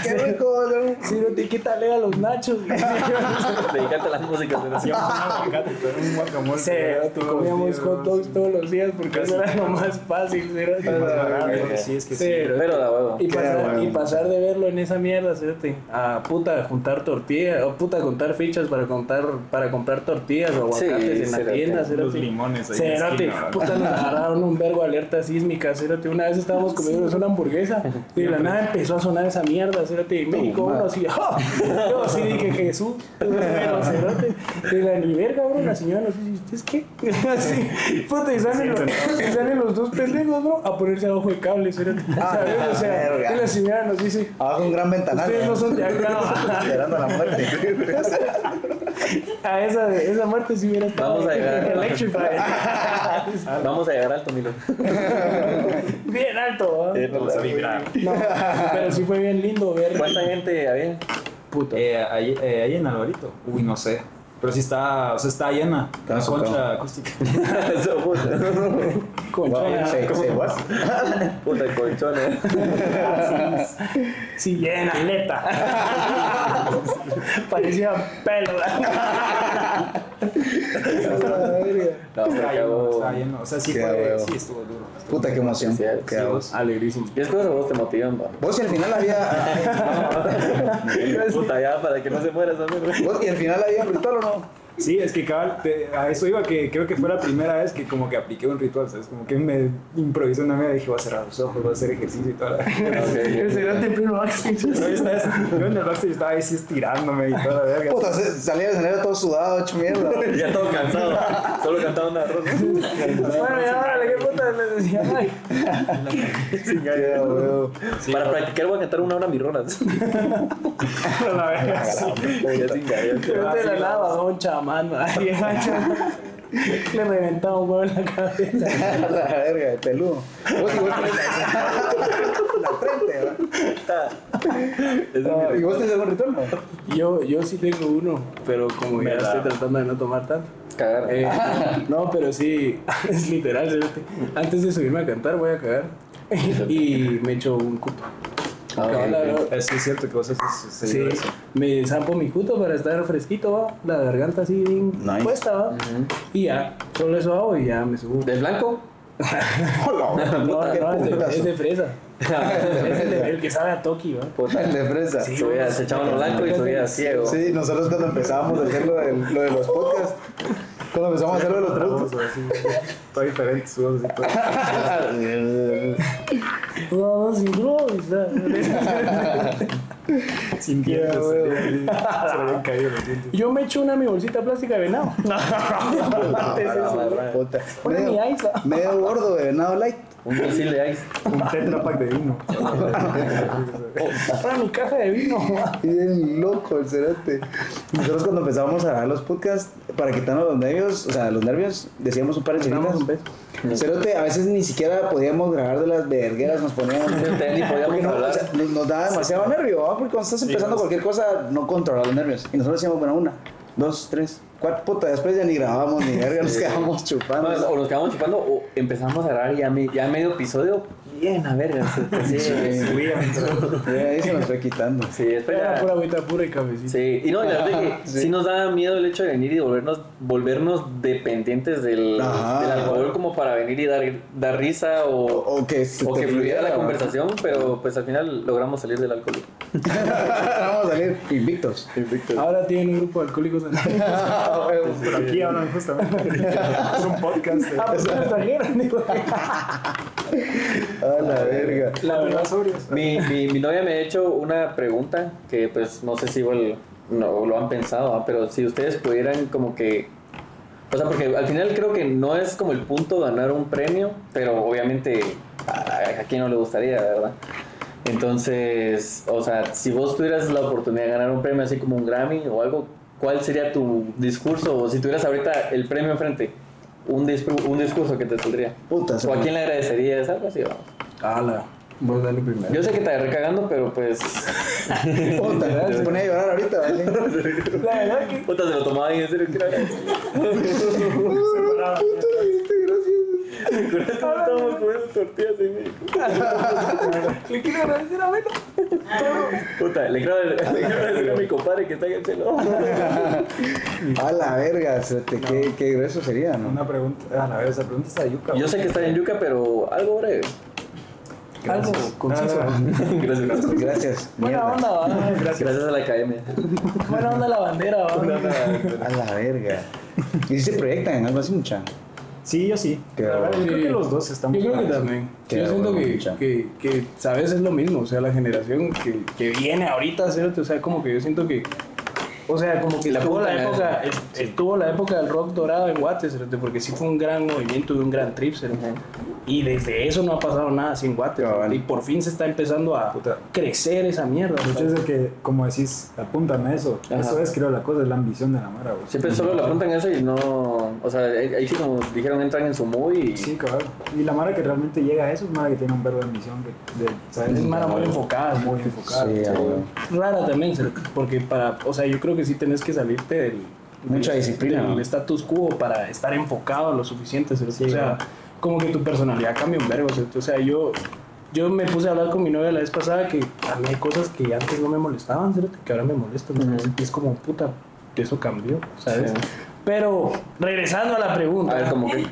Speaker 1: Qué rico, ¿no?
Speaker 7: Cerote, ¿y ¿qué tal eran los nachos?
Speaker 2: Dedicarte a la música, pero sí.
Speaker 5: Hacíamos un aguacate, pero un guacamole.
Speaker 7: cerote,
Speaker 5: todos los
Speaker 7: comíamos
Speaker 5: días,
Speaker 7: hot dogs todos los días porque eso era lo más fácil, cerote.
Speaker 5: Más barato,
Speaker 2: ok.
Speaker 5: Sí, es que sí.
Speaker 7: Cerote.
Speaker 2: Pero da huevo.
Speaker 7: Y
Speaker 1: Qué
Speaker 7: pasar,
Speaker 1: bueno.
Speaker 7: y pasar de verlo en esa mierda, cerote, a puta juntar tortillas, o puta contar fichas para contar, para comprar tortillas o
Speaker 2: Sí,
Speaker 7: aguacates en la
Speaker 2: cerote.
Speaker 7: tienda,
Speaker 5: Los
Speaker 7: cerote.
Speaker 5: limones ahí. en la
Speaker 7: Cerote,
Speaker 5: esquina, ¿verdad?
Speaker 7: puta, nos agarraron un vergo alerta sísmica, cerote. Una vez estábamos comiendo una hamburguesa y de la nada empezó a sonar esa mierda, cerote. Y México, uno así, ¡ah! Yo así dije, Jesús, pero cerote. De la ni verga, bro, la señora nos dice, ¿ustedes qué? Así, puta, y salen, los, y salen los dos pendejos, bro, a ponerse abajo de cable, cerote. ¿Sabes? O sea,
Speaker 1: verga.
Speaker 7: y la señora nos dice,
Speaker 1: Abajo un gran ventanal.
Speaker 7: ustedes no son de acá.
Speaker 1: Esperando la muerte.
Speaker 7: A esa, esa muerte si hubiera estado.
Speaker 2: Vamos a llegar.
Speaker 7: Electrified.
Speaker 2: Vamos a llegar al Tomilo.
Speaker 7: Bien alto, ¿ah?
Speaker 3: Vibrar.
Speaker 7: No, pero sí fue bien lindo ver.
Speaker 2: ¿Cuánta gente había?
Speaker 7: Puta.
Speaker 5: Eh, ahí, eh, ahí en Alvarito. Uy, no sé. Pero sí está, o sea, está llena.
Speaker 1: Está
Speaker 5: La
Speaker 1: socao.
Speaker 5: concha acústica.
Speaker 2: Eso, puta.
Speaker 7: Conchona.
Speaker 1: Sí, sí, what?
Speaker 2: Puta colchona.
Speaker 7: Sí, bien aleta. Parecía pelo.
Speaker 2: No, pero qué
Speaker 5: Está lleno,
Speaker 2: hago.
Speaker 5: está lleno. O sea, sí
Speaker 1: Qué
Speaker 5: fue,
Speaker 1: huevo.
Speaker 5: sí estuvo duro. estuvo
Speaker 1: Puta, qué
Speaker 5: duro.
Speaker 1: emoción.
Speaker 2: Sí, sí,
Speaker 1: Qué
Speaker 5: Sí,
Speaker 1: hago.
Speaker 5: vos.
Speaker 7: Alegrísimo.
Speaker 2: Y es cosa vos te motivan, va.
Speaker 1: Vos y al final había.
Speaker 2: Puta, ya, para que no se muera esa mierda.
Speaker 1: Vos y al final había ritual o no?
Speaker 5: Sí, es que cabal, te- a eso iba, que creo que fue la primera vez que como que apliqué un ritual, ¿sabes? Como que me improvisé una mierda y dije, voy a cerrar los ojos, voy a hacer ejercicio y toda la...
Speaker 7: El cerote en pleno
Speaker 5: No, yo
Speaker 7: backstage.
Speaker 5: estaba- yo en el backstage estaba ahí sí estirándome y toda la verga.
Speaker 1: Puta, se- salía del escenario todo sudado, hecho mierda.
Speaker 2: Ya todo cansado. Solo cantaba una rola.
Speaker 7: Bueno, y ahora, ¿qué puta le decía? Ay,
Speaker 1: Qué huevo.
Speaker 2: Para practicar voy a cantar una hora mis rolas.
Speaker 5: a la verga.
Speaker 2: Ya sin gallo.
Speaker 7: cerote de la lava, un chamán, ma. Ay, ay, chamán. Le reventaba un huevo en la cabeza.
Speaker 1: la verga, de peludo. Vos y vos tenés la, la frente, ¿verdad? Ah, ¿Y vos tenés algún ritual, no?
Speaker 7: Yo, yo sí tengo uno, pero como ya
Speaker 2: ¿Verdad?
Speaker 7: estoy tratando de no tomar tanto.
Speaker 2: Cagar.
Speaker 7: Eh, no, pero sí, es literal, cerote. Antes de subirme a cantar voy a cagar. Y me echo un cupo. Cabal, la verdad,
Speaker 5: Eh, Sí, es cierto que vos haces se
Speaker 7: Sí,
Speaker 5: dio eso.
Speaker 7: me zampo mi cuto para estar fresquito, ¿va? la garganta así bien
Speaker 1: Nice.
Speaker 7: puesta, ¿va? y ya, solo eso hago y ya me subo.
Speaker 2: ¿De blanco?
Speaker 1: Hola,
Speaker 7: No,
Speaker 1: puta, qué
Speaker 7: no, es de,
Speaker 1: putazo.
Speaker 7: es de fresa. es el, de- el que sabe a Toki, ¿va?
Speaker 1: El de fresa.
Speaker 7: Sí.
Speaker 2: Subía, se echaba uno blanco y subía ciego.
Speaker 1: Sí, nosotros cuando empezábamos a hacer lo de, lo de los podcasts, cuando empezamos a hacer lo de los
Speaker 5: Vamos,
Speaker 1: productos.
Speaker 5: así, todo diferente, su voz así, todo.
Speaker 1: Ah,
Speaker 7: No, no, sin drogas, ¿va?
Speaker 5: Sin dientes,
Speaker 1: güey.
Speaker 5: se le habían caído los dientes.
Speaker 7: Yo me echo una en mi bolsita plástica de venado.
Speaker 1: Puta.
Speaker 7: Ponle mi
Speaker 1: Medio-
Speaker 7: ice, ¿va?
Speaker 1: Medio gordo de venado light.
Speaker 2: Un misil de ice.
Speaker 5: Un tetrapack de vino.
Speaker 7: Ponle mi caja de vino. ¿va?
Speaker 1: Y bien loco el cerote. Nosotros cuando empezábamos a grabar los podcasts, para quitarnos los nervios, o sea, los nervios, decíamos un par de chelitas.
Speaker 7: Damos un beso.
Speaker 1: Cerote, a veces ni siquiera podíamos grabar de las vergueras, nos poníamos...
Speaker 2: Ni podíamos
Speaker 1: Porque no,
Speaker 2: hablar.
Speaker 1: o sea, nos, nos da demasiado nervio, ¿va? porque cuando estás empezando cualquier cosa, no controlas los nervios. Y nosotros decíamos, bueno, una, dos, tres, cuatro, puta, después ya ni grabamos ni verga, nos quedamos chupando.
Speaker 2: No, o nos quedamos chupando o empezamos a grabar ya, me- ya medio episodio bien a verga. Sí, sí,
Speaker 1: Ya, ahí se nos fue quitando.
Speaker 2: sí, espera.
Speaker 7: Era pura agüita pura y cafecito.
Speaker 2: Sí, y no, y la verdad es que sí. nos daba miedo el hecho de venir y volvernos, volvernos dependientes del, del
Speaker 1: Ajá.
Speaker 2: alcohol como para venir y dar, dar risa o,
Speaker 1: O, o que, se
Speaker 2: o
Speaker 1: te
Speaker 2: que fluyera la
Speaker 1: ¿va?
Speaker 2: conversación, pero pues al final logramos salir del alcohol.
Speaker 1: Vamos a salir invictos.
Speaker 7: Ahora tienen un grupo de alcohólicos en
Speaker 2: Ah,
Speaker 5: Pero aquí hablan justamente. Es un podcast. eh.
Speaker 7: Ah, pues son extranjeros, digo.
Speaker 1: A la verga.
Speaker 7: La verdad,
Speaker 5: sobrios.
Speaker 2: Mi, mi, mi novia me ha hecho una pregunta que pues no sé si igual no, lo han pensado, ah, pero si ustedes pudieran como que... O sea, porque al final creo que no es como el punto ganar un premio, pero obviamente a, a quién no le gustaría, ¿verdad? Entonces, o sea, si vos tuvieras la oportunidad de ganar un premio así como un Grammy o algo, ¿cuál sería tu discurso? O si tuvieras ahorita el premio enfrente, un, discu- un discurso que te saldría.
Speaker 1: Puta, se
Speaker 2: ¿O a
Speaker 1: me-
Speaker 2: quién le agradecerías? Algo así, vamos.
Speaker 7: Ala, vos dale primero.
Speaker 2: Yo sé que te agarré cagando, pero pues.
Speaker 1: Puta, se ponía a llorar ahorita, ¿vale?
Speaker 7: La verdad que
Speaker 2: Puta, se lo tomaba bien en serio, creo. Estábamos comiendo tortillas en México.
Speaker 7: le quiero agradecer a Beto.
Speaker 2: Puta, le quiero, le quiero decir a mi compadre que está en el chelo.
Speaker 1: A la verga, se te- qué, qué grueso sería, ¿no?
Speaker 5: Una pregunta. A la ver, esa pregunta está de yuca.
Speaker 2: Yo
Speaker 5: güey.
Speaker 2: sé que está en Yuca, pero algo breve.
Speaker 7: Algo conciso.
Speaker 5: No, no, no.
Speaker 2: Gracias, gracias.
Speaker 1: Gracias.
Speaker 7: Buena
Speaker 1: Mierda.
Speaker 7: onda, va.
Speaker 2: Gracias a la academia.
Speaker 7: Buena onda la bandera, va.
Speaker 1: A la verga. Y si se proyectan en algo así, mucha.
Speaker 5: Sí, yo sí.
Speaker 1: Qué
Speaker 5: La verdad, yo
Speaker 7: bueno.
Speaker 5: creo que
Speaker 7: Sí.
Speaker 5: los dos estamos.
Speaker 7: Yo creo que también.
Speaker 1: Qué
Speaker 7: yo siento
Speaker 1: bueno,
Speaker 7: que,
Speaker 1: mucha.
Speaker 7: que, que, ¿sabes? Es lo mismo. O sea, la generación que, que viene ahorita, ¿cierto? O sea, como que yo siento que. O sea, como que estuvo la, época, es- estuvo la época del rock dorado en Guate, ¿cierto? Porque sí fue un gran movimiento y un gran trip, ¿cierto? Y desde eso no ha pasado nada sin Guate. ¿cierto?
Speaker 1: Cabal.
Speaker 7: Y por fin se está empezando a
Speaker 5: Puta.
Speaker 7: crecer esa mierda.
Speaker 5: De hecho,
Speaker 7: ¿cierto?
Speaker 5: es el que, como decís, apúntame a eso.
Speaker 2: Ajá.
Speaker 5: Eso es, creo, la cosa, es la ambición de la Mara, güey.
Speaker 2: Siempre solo le apuntan eso y no. O sea, ahí ahí sí, como dijeron, entran en su mood y.
Speaker 5: Sí, cabrón. Y la Mara que realmente llega a eso es Mara que tiene un verbo de ambición. Que, de, ¿sabes?
Speaker 7: Es Mara muy enfocada,
Speaker 5: muy
Speaker 7: ¿no?
Speaker 5: enfocada.
Speaker 1: Sí,
Speaker 5: ¿sabes?
Speaker 1: güey.
Speaker 7: rara también, ¿cierto? porque para, o sea, yo creo que sí tenés que salirte del
Speaker 1: Mucha
Speaker 7: del-
Speaker 1: disciplina,
Speaker 7: del
Speaker 1: ¿no?
Speaker 7: status quo para estar enfocado lo suficiente, ¿cierto?
Speaker 5: Sí,
Speaker 7: o sea,
Speaker 5: claro.
Speaker 7: como que tu personalidad cambia un verbo, ¿cierto? o sea, yo yo me puse a hablar con mi novia la vez pasada que a mí hay cosas que antes no me molestaban, ¿cierto? que ahora me molestan, ¿sabes? y es como puta, eso cambió, ¿sabes?
Speaker 2: Sí.
Speaker 7: Pero regresando a la pregunta,
Speaker 2: A ver, como que.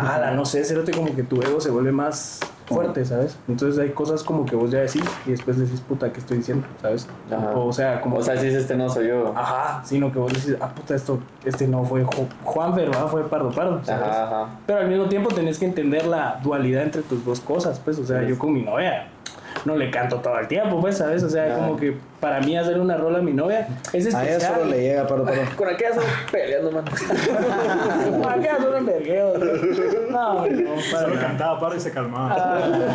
Speaker 7: ala, Ah, no sé, cerote, como que tu ego se vuelve más fuerte, ¿sabes? Entonces hay cosas como que vos ya decís y después decís, puta, ¿qué estoy diciendo? ¿Sabes?
Speaker 2: Ajá.
Speaker 7: O sea, como... Ah,
Speaker 2: O sea, si es este no soy yo.
Speaker 7: ajá, sino que vos decís, ah, puta, esto, este no fue Ju- Juan, ¿verdad? Fue Pardo Pardo, ¿sabes?
Speaker 2: Ajá, ajá.
Speaker 7: Pero al mismo tiempo tenés que entender la dualidad entre tus dos cosas, pues, o sea,
Speaker 2: Sí.
Speaker 7: yo con mi novia no le canto todo el tiempo, pues, ¿sabes? O sea,
Speaker 2: Ajá.
Speaker 7: como que para mí hacer una rola a mi novia es especial.
Speaker 1: A ella solo le llega, paro, paro.
Speaker 2: Con aquella son peleando, man.
Speaker 7: Ah, ¿qué haces, un vergueo? No, no, para
Speaker 5: Solo
Speaker 7: nada.
Speaker 5: cantaba paro y se calmaba.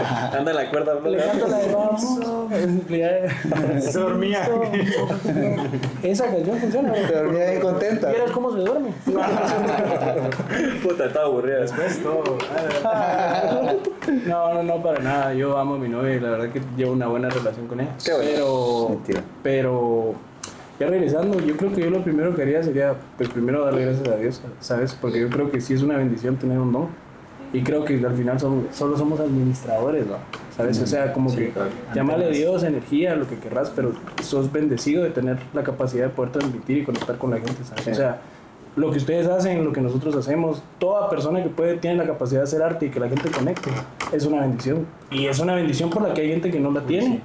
Speaker 7: Ah,
Speaker 2: Anda en la cuerda, bro.
Speaker 7: le canto la de vamos.
Speaker 5: se dormía.
Speaker 7: Esa canción funciona. güey.
Speaker 1: Te dormía bien contenta.
Speaker 7: ¿Vieras cómo se duerme?
Speaker 2: Puta, estaba aburrida.
Speaker 5: Después Pues, todo.
Speaker 7: No, no, no, para nada. Yo amo a mi novia y la verdad que llevo una buena relación con ella.
Speaker 2: Qué bueno.
Speaker 7: Pero,
Speaker 1: Mentira.
Speaker 7: pero, ya regresando, yo creo que yo lo primero que haría sería, pues primero darle gracias a Dios, ¿sabes? Porque yo creo que sí es una bendición tener un don. Y creo que al final son- solo somos administradores, ¿no? ¿Sabes? O sea, como que llámale Dios, energía, lo que querrás, pero sos bendecido de tener la capacidad de poder transmitir y conectar con la gente, ¿sabes? O sea, lo que ustedes hacen, lo que nosotros hacemos, toda persona que puede tiene la capacidad de hacer arte y que la gente conecte, es una bendición. Y es una bendición por la que hay gente que no la tiene,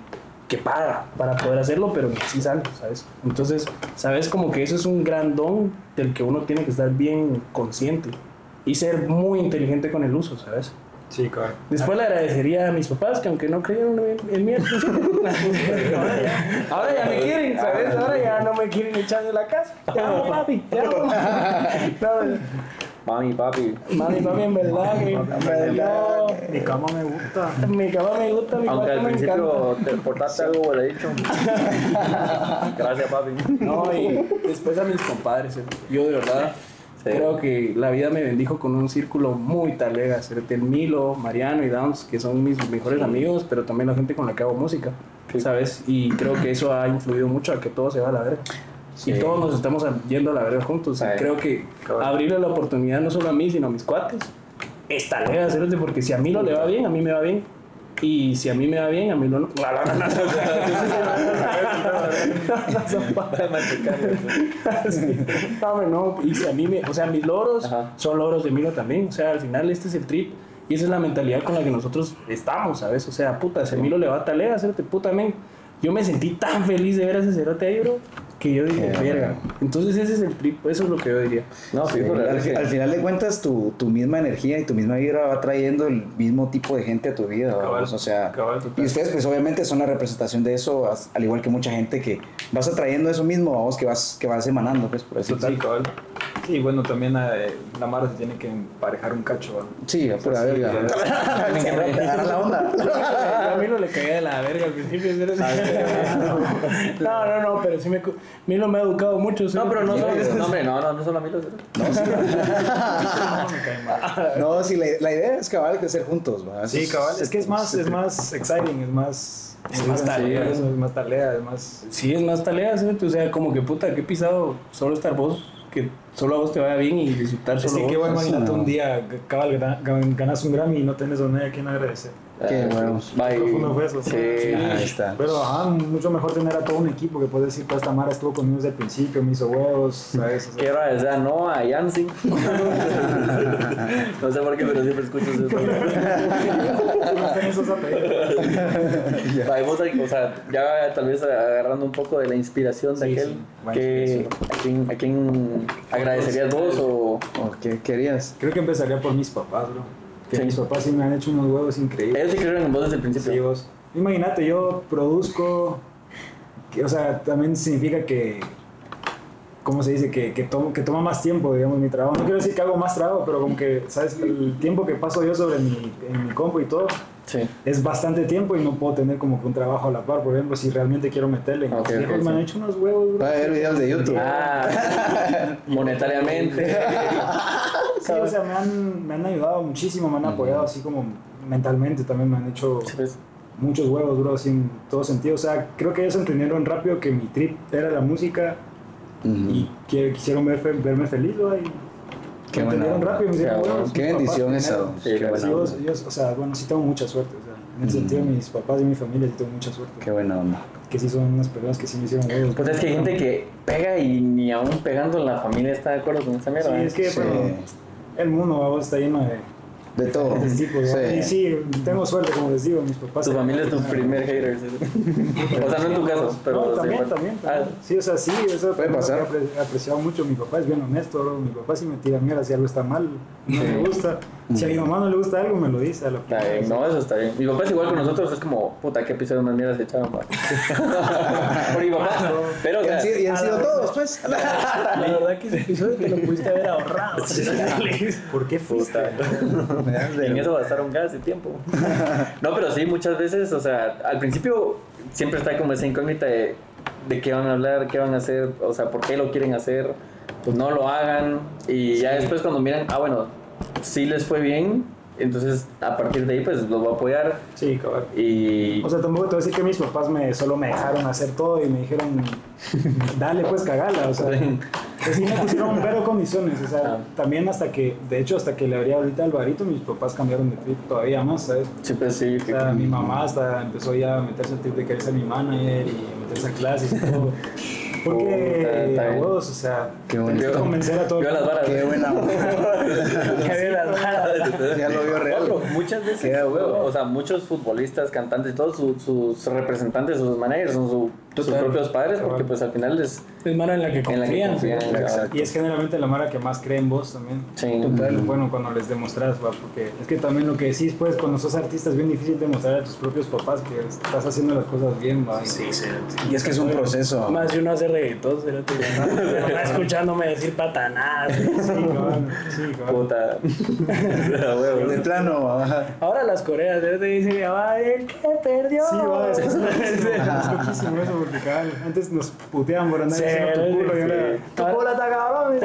Speaker 7: que paga para poder hacerlo, pero sí sale, ¿sabes? Entonces, sabes como que eso es un gran don del que uno tiene que estar bien consciente y ser muy inteligente con el uso, ¿sabes?
Speaker 5: Sí, cabrón.
Speaker 7: Después le agradecería a mis papás que aunque no creyeron en mí al principio, ahora, ya, ahora ya me quieren, ¿sabes? Ahora ya no me quieren echar de la casa. Ya amo, papi, ya amo. No,
Speaker 2: Mami, papi.
Speaker 7: mami, papi, en verdad, que mi- yo-
Speaker 5: Mi cama me gusta.
Speaker 7: mi cama me gusta, mi
Speaker 2: Aunque
Speaker 7: cuarto
Speaker 2: al
Speaker 7: me encanta.
Speaker 2: principio te portaste algo voladito. Gracias, papi.
Speaker 7: No, y después a mis compadres, ¿eh? yo de verdad
Speaker 2: Sí.
Speaker 7: creo que la vida me bendijo con un círculo muy talega, ¿cierto? el Milo, Mariano y Downs, que son mis mejores amigos, pero también la gente con la que hago música, ¿sabes? Y creo que eso ha influido mucho a que todo se va a la verga. Y todos nos estamos yendo a la verga juntos.
Speaker 2: Sí.
Speaker 7: Y creo que abrirle la oportunidad no solo a mí, sino a mis cuates, es talega, ¿cierto? porque si a Milo le va bien, a mí me va bien. Y si a mí me va bien, a Milo no. No, no, no, no, no, no.
Speaker 2: Para machucarlo.
Speaker 7: Sí. No, hombre, no. Y si a mí me- o sea, mis logros
Speaker 2: Ajá.
Speaker 7: son logros de Milo también. O sea, al final este es el trip y esa es la mentalidad con la que nosotros estamos, ¿sabes? O sea, puta, si a Milo le va a talea, hacerte puta, men. Yo me sentí tan feliz de ver a ese cerote ahí, bro, que yo dije,
Speaker 1: Qué
Speaker 7: verga.
Speaker 1: bueno.
Speaker 7: Entonces ese es el trip, eso es lo que yo diría.
Speaker 2: No,
Speaker 1: Sí,
Speaker 2: fijo,
Speaker 1: al,
Speaker 2: al
Speaker 1: fi- al final de cuentas, tu, tu misma energía y tu misma vibra va trayendo el mismo tipo de gente a tu vida. ¿verdad?
Speaker 5: Cabal,
Speaker 1: o sea,
Speaker 5: cabal, total.
Speaker 1: y ustedes, pues obviamente, son la representación de eso, as- al igual que mucha gente que vas atrayendo eso mismo, vamos, que vas, que vas emanando, pues, por así
Speaker 5: Total,
Speaker 1: decirlo.
Speaker 5: cabal. Sí, bueno, también eh, la Mara se tiene que emparejar un cacho. ¿va?
Speaker 1: Sí, a pura verga. Te agarra la onda.
Speaker 7: a Milo le caía de la verga al principio. ¿sí?
Speaker 2: Ah,
Speaker 7: No, no, no, pero sí me... cu- Milo me ha educado mucho. ¿sí?
Speaker 2: No, pero no
Speaker 7: Sí.
Speaker 2: solo. No, hombre, no, no, no solo a mí los.
Speaker 5: Ah,
Speaker 1: No, sí, la, la idea es cabal crecer juntos. ¿verdad?
Speaker 5: Sí,
Speaker 1: Eso
Speaker 5: cabal. Es que es más, es más exciting, es más.
Speaker 7: Es más
Speaker 5: Sí, eh.
Speaker 7: tarea.
Speaker 5: eso, Es más talea, es más.
Speaker 7: Sí, es más tarea, ¿cierto? O sea, como que puta, qué pisado solo estar vos, que solo a vos te vaya bien y disfrutar
Speaker 5: Es
Speaker 7: solo
Speaker 5: que, qué
Speaker 7: vos.
Speaker 5: bueno, imagínate
Speaker 1: no.
Speaker 5: un día, cabal, ganas un Grammy y no tenés a nadie a quien agradecer.
Speaker 1: Qué huevos.
Speaker 2: Bye.
Speaker 5: Profundo fue eso.
Speaker 2: Sí. Ah,
Speaker 1: Ahí está.
Speaker 5: Pero ajá, mucho mejor tener a todo un equipo que puede decir, pues esta Mara estuvo conmigo desde el principio, me hizo huevos, ¿sabes? O sea,
Speaker 2: Quiero agradecer a Noah, a Yancy. no sé por qué, pero siempre escucho eso.
Speaker 5: no hacen esos apellidos.
Speaker 2: Vamos a- o sea, ya tal vez agarrando un poco de la inspiración de
Speaker 5: Sí,
Speaker 2: aquel.
Speaker 5: sí, buena
Speaker 2: que, ¿a, quién, ¿A quién agradecerías vos o
Speaker 1: ¿O qué querías?
Speaker 5: Creo que empezaría por mis papás, bro. Que
Speaker 2: Sí.
Speaker 5: mis papás sí me han hecho unos huevos increíbles.
Speaker 2: ellos se creyeron en vos desde el principio?
Speaker 5: Sí, vos. Imagínate, yo produzco, que, o sea, también significa que, ¿cómo se dice? Que, que, tomo- que toma más tiempo, digamos, mi trabajo. No quiero decir que hago más trabajo, pero como que, ¿sabes? El tiempo que paso yo sobre mi, en mi compu y todo
Speaker 2: Sí.
Speaker 5: es bastante tiempo y no puedo tener como que un trabajo a la par, por ejemplo, si realmente quiero meterle.
Speaker 2: Ok,
Speaker 5: Mis
Speaker 2: ok,
Speaker 5: viejos me
Speaker 2: sí.
Speaker 5: han hecho unos huevos, bro.
Speaker 1: Va a haber videos de YouTube.
Speaker 2: Ah, monetariamente.
Speaker 5: Sí, o sea, me han, me han ayudado muchísimo, me han apoyado así como mentalmente también, me han hecho...
Speaker 2: Pues,
Speaker 5: muchos huevos, bro, así en todo sentido. O sea, creo que ellos entendieron rápido que mi trip era la música
Speaker 1: Ujú.
Speaker 5: y que quisieron ver- verme feliz, bro, y
Speaker 1: Qué buena
Speaker 5: me entendieron
Speaker 1: onda.
Speaker 5: rápido. me hicieron
Speaker 2: Qué
Speaker 5: huevos,
Speaker 2: bueno.
Speaker 5: mis
Speaker 1: Qué
Speaker 5: papás
Speaker 1: bendición esa,
Speaker 5: primero.
Speaker 1: don.
Speaker 2: Sí,
Speaker 5: Sí,
Speaker 2: qué buena
Speaker 5: ellos-
Speaker 1: onda.
Speaker 5: ellos- o sea, bueno, sí tengo mucha suerte, o sea, en el
Speaker 1: Ujú.
Speaker 5: sentido de mis papás y mi familia sí tengo mucha suerte.
Speaker 1: Qué buena onda.
Speaker 5: Que sí son unas personas que sí me hicieron huevos.
Speaker 2: pues es que hay gente que pega y ni aún pegando la familia está de acuerdo con esa mierda. ¿eh?
Speaker 5: Sí, es que,
Speaker 1: Sí.
Speaker 5: bueno, el mundo, babos, está lleno de...
Speaker 1: De todo.
Speaker 5: diferentes tipos, ¿no?
Speaker 1: Sí.
Speaker 5: Y sí, tengo suerte, como les digo, mis papás.
Speaker 2: Tu familia es tu primer hater. ¿sí? o sea, no en tu caso, pero.
Speaker 5: no,
Speaker 2: sí,
Speaker 5: también,
Speaker 2: bueno.
Speaker 5: también,
Speaker 2: Ah,
Speaker 5: también. Sí, o sea, sí, eso
Speaker 1: Puede
Speaker 5: también
Speaker 1: pasar.
Speaker 5: lo que he apre- apreciado mucho. Mi papá es bien honesto, bro. Mi papá sí me tira mierda si algo está mal, no me gusta. Si a mi mamá no le gusta algo, me lo dice. A la
Speaker 2: Está bien, no, eso está bien. Mi papá es igual con nosotros, es como, puta, qué episodio más mierda se echaron, pa. Por mi
Speaker 5: Ah,
Speaker 2: papá. Pero, o
Speaker 1: Y
Speaker 2: sea,
Speaker 1: han sido, y han sido todos, pues.
Speaker 7: La verdad que ese episodio te lo pudiste haber ahorrado.
Speaker 5: ¿Por qué fuiste?
Speaker 1: Me das de-
Speaker 2: en eso gastaron gas y tiempo. No, pero sí, muchas veces, o sea, al principio siempre está como esa incógnita de, de qué van a hablar, qué van a hacer, o sea, por qué lo quieren hacer, pues no lo hagan. Y ya después cuando miran, ah, bueno, sí les fue bien, entonces a partir de ahí, pues los voy a apoyar.
Speaker 5: Sí, cabrón.
Speaker 2: Y
Speaker 5: O sea, tampoco te voy a decir que mis papás me, solo me dejaron hacer todo y me dijeron, dale, pues cagala. O sea, pues sí me pusieron pero condiciones. O sea,
Speaker 2: Ah.
Speaker 5: también hasta que, de hecho, hasta que le abría ahorita al barito, mis papás cambiaron de trip todavía más, ¿sabes?
Speaker 2: siempre sí,
Speaker 5: O sea, mi mamá hasta empezó ya a meterse al trip de querer ser mi manager y meterse a clases y todo.
Speaker 2: Puta,
Speaker 5: Porque
Speaker 2: está
Speaker 5: a
Speaker 2: bien.
Speaker 5: huevos, o sea,
Speaker 1: Qué
Speaker 5: tenés que
Speaker 1: bonito.
Speaker 5: convencer a todo
Speaker 2: vio
Speaker 5: el
Speaker 2: las
Speaker 5: mundo.
Speaker 2: varas.
Speaker 1: Qué buena onda. Ya lo vio real.
Speaker 2: Otro, muchas veces,
Speaker 1: Queda huevo.
Speaker 2: o sea, muchos futbolistas, cantantes, todos su- sus representantes, sus managers, son su- sus
Speaker 7: Total.
Speaker 2: propios padres, porque
Speaker 5: Cabal.
Speaker 2: pues al final es
Speaker 7: Es mano en la que
Speaker 2: en la que
Speaker 7: confían.
Speaker 2: confían.
Speaker 7: sí.
Speaker 2: ¿verdad?
Speaker 5: Y es generalmente la mara que más cree en vos también.
Speaker 2: Sí.
Speaker 5: Total, bueno, cuando les demostras, va, porque es que también lo que decís, pues, cuando sos artista es bien difícil demostrar a tus propios papás que estás haciendo las cosas bien, va.
Speaker 7: Sí, sí.
Speaker 1: Y es que es un proceso.
Speaker 7: Más si uno hace reggaetón, será tu mamá escuchándome decir patanadas.
Speaker 5: Sí, cabrón, sí, cabrón.
Speaker 2: Ah, Puta. A huevo.
Speaker 1: De plano. ajá.
Speaker 7: Ahora las coreas, yo te dicen, mi mamá, "Ay, ¿qué perdió?
Speaker 5: Sí, va, es que es loquísimo, es loquísimo eso, porque cabrón, antes nos puteaban por andar
Speaker 7: Sí,
Speaker 5: diciendo tu culo y ahora...
Speaker 7: sí.
Speaker 5: ¡Tu culo está cabrón!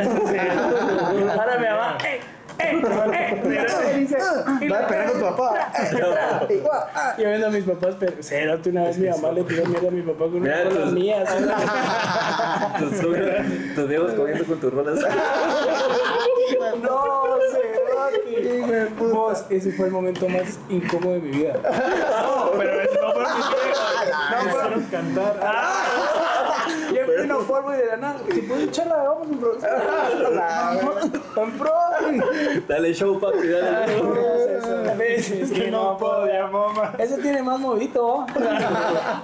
Speaker 7: Ahora mi mamá, "Eh, eh, eh", pero-
Speaker 1: Ah, Va a esperar con tu papá.
Speaker 7: Yo viendo a mis papás, pero cerote una vez mi mamá le tiró mierda a mi papá con
Speaker 2: Mira,
Speaker 7: una cola
Speaker 2: tus-
Speaker 7: mía. así.
Speaker 2: Tus tus dedos comiendo con tus rolas.
Speaker 7: No, cerote. Vos, ese fue el momento más incómodo de mi vida.
Speaker 5: Pero eso no fue mi No fueron cantar. Ah, Y en pleno polvo y de la nada. Si puedes echarla, vamos un bro.
Speaker 2: Dale show, papi, dale show.
Speaker 5: Es que no podía, mamá.
Speaker 7: Ese tiene más movito, ¿va?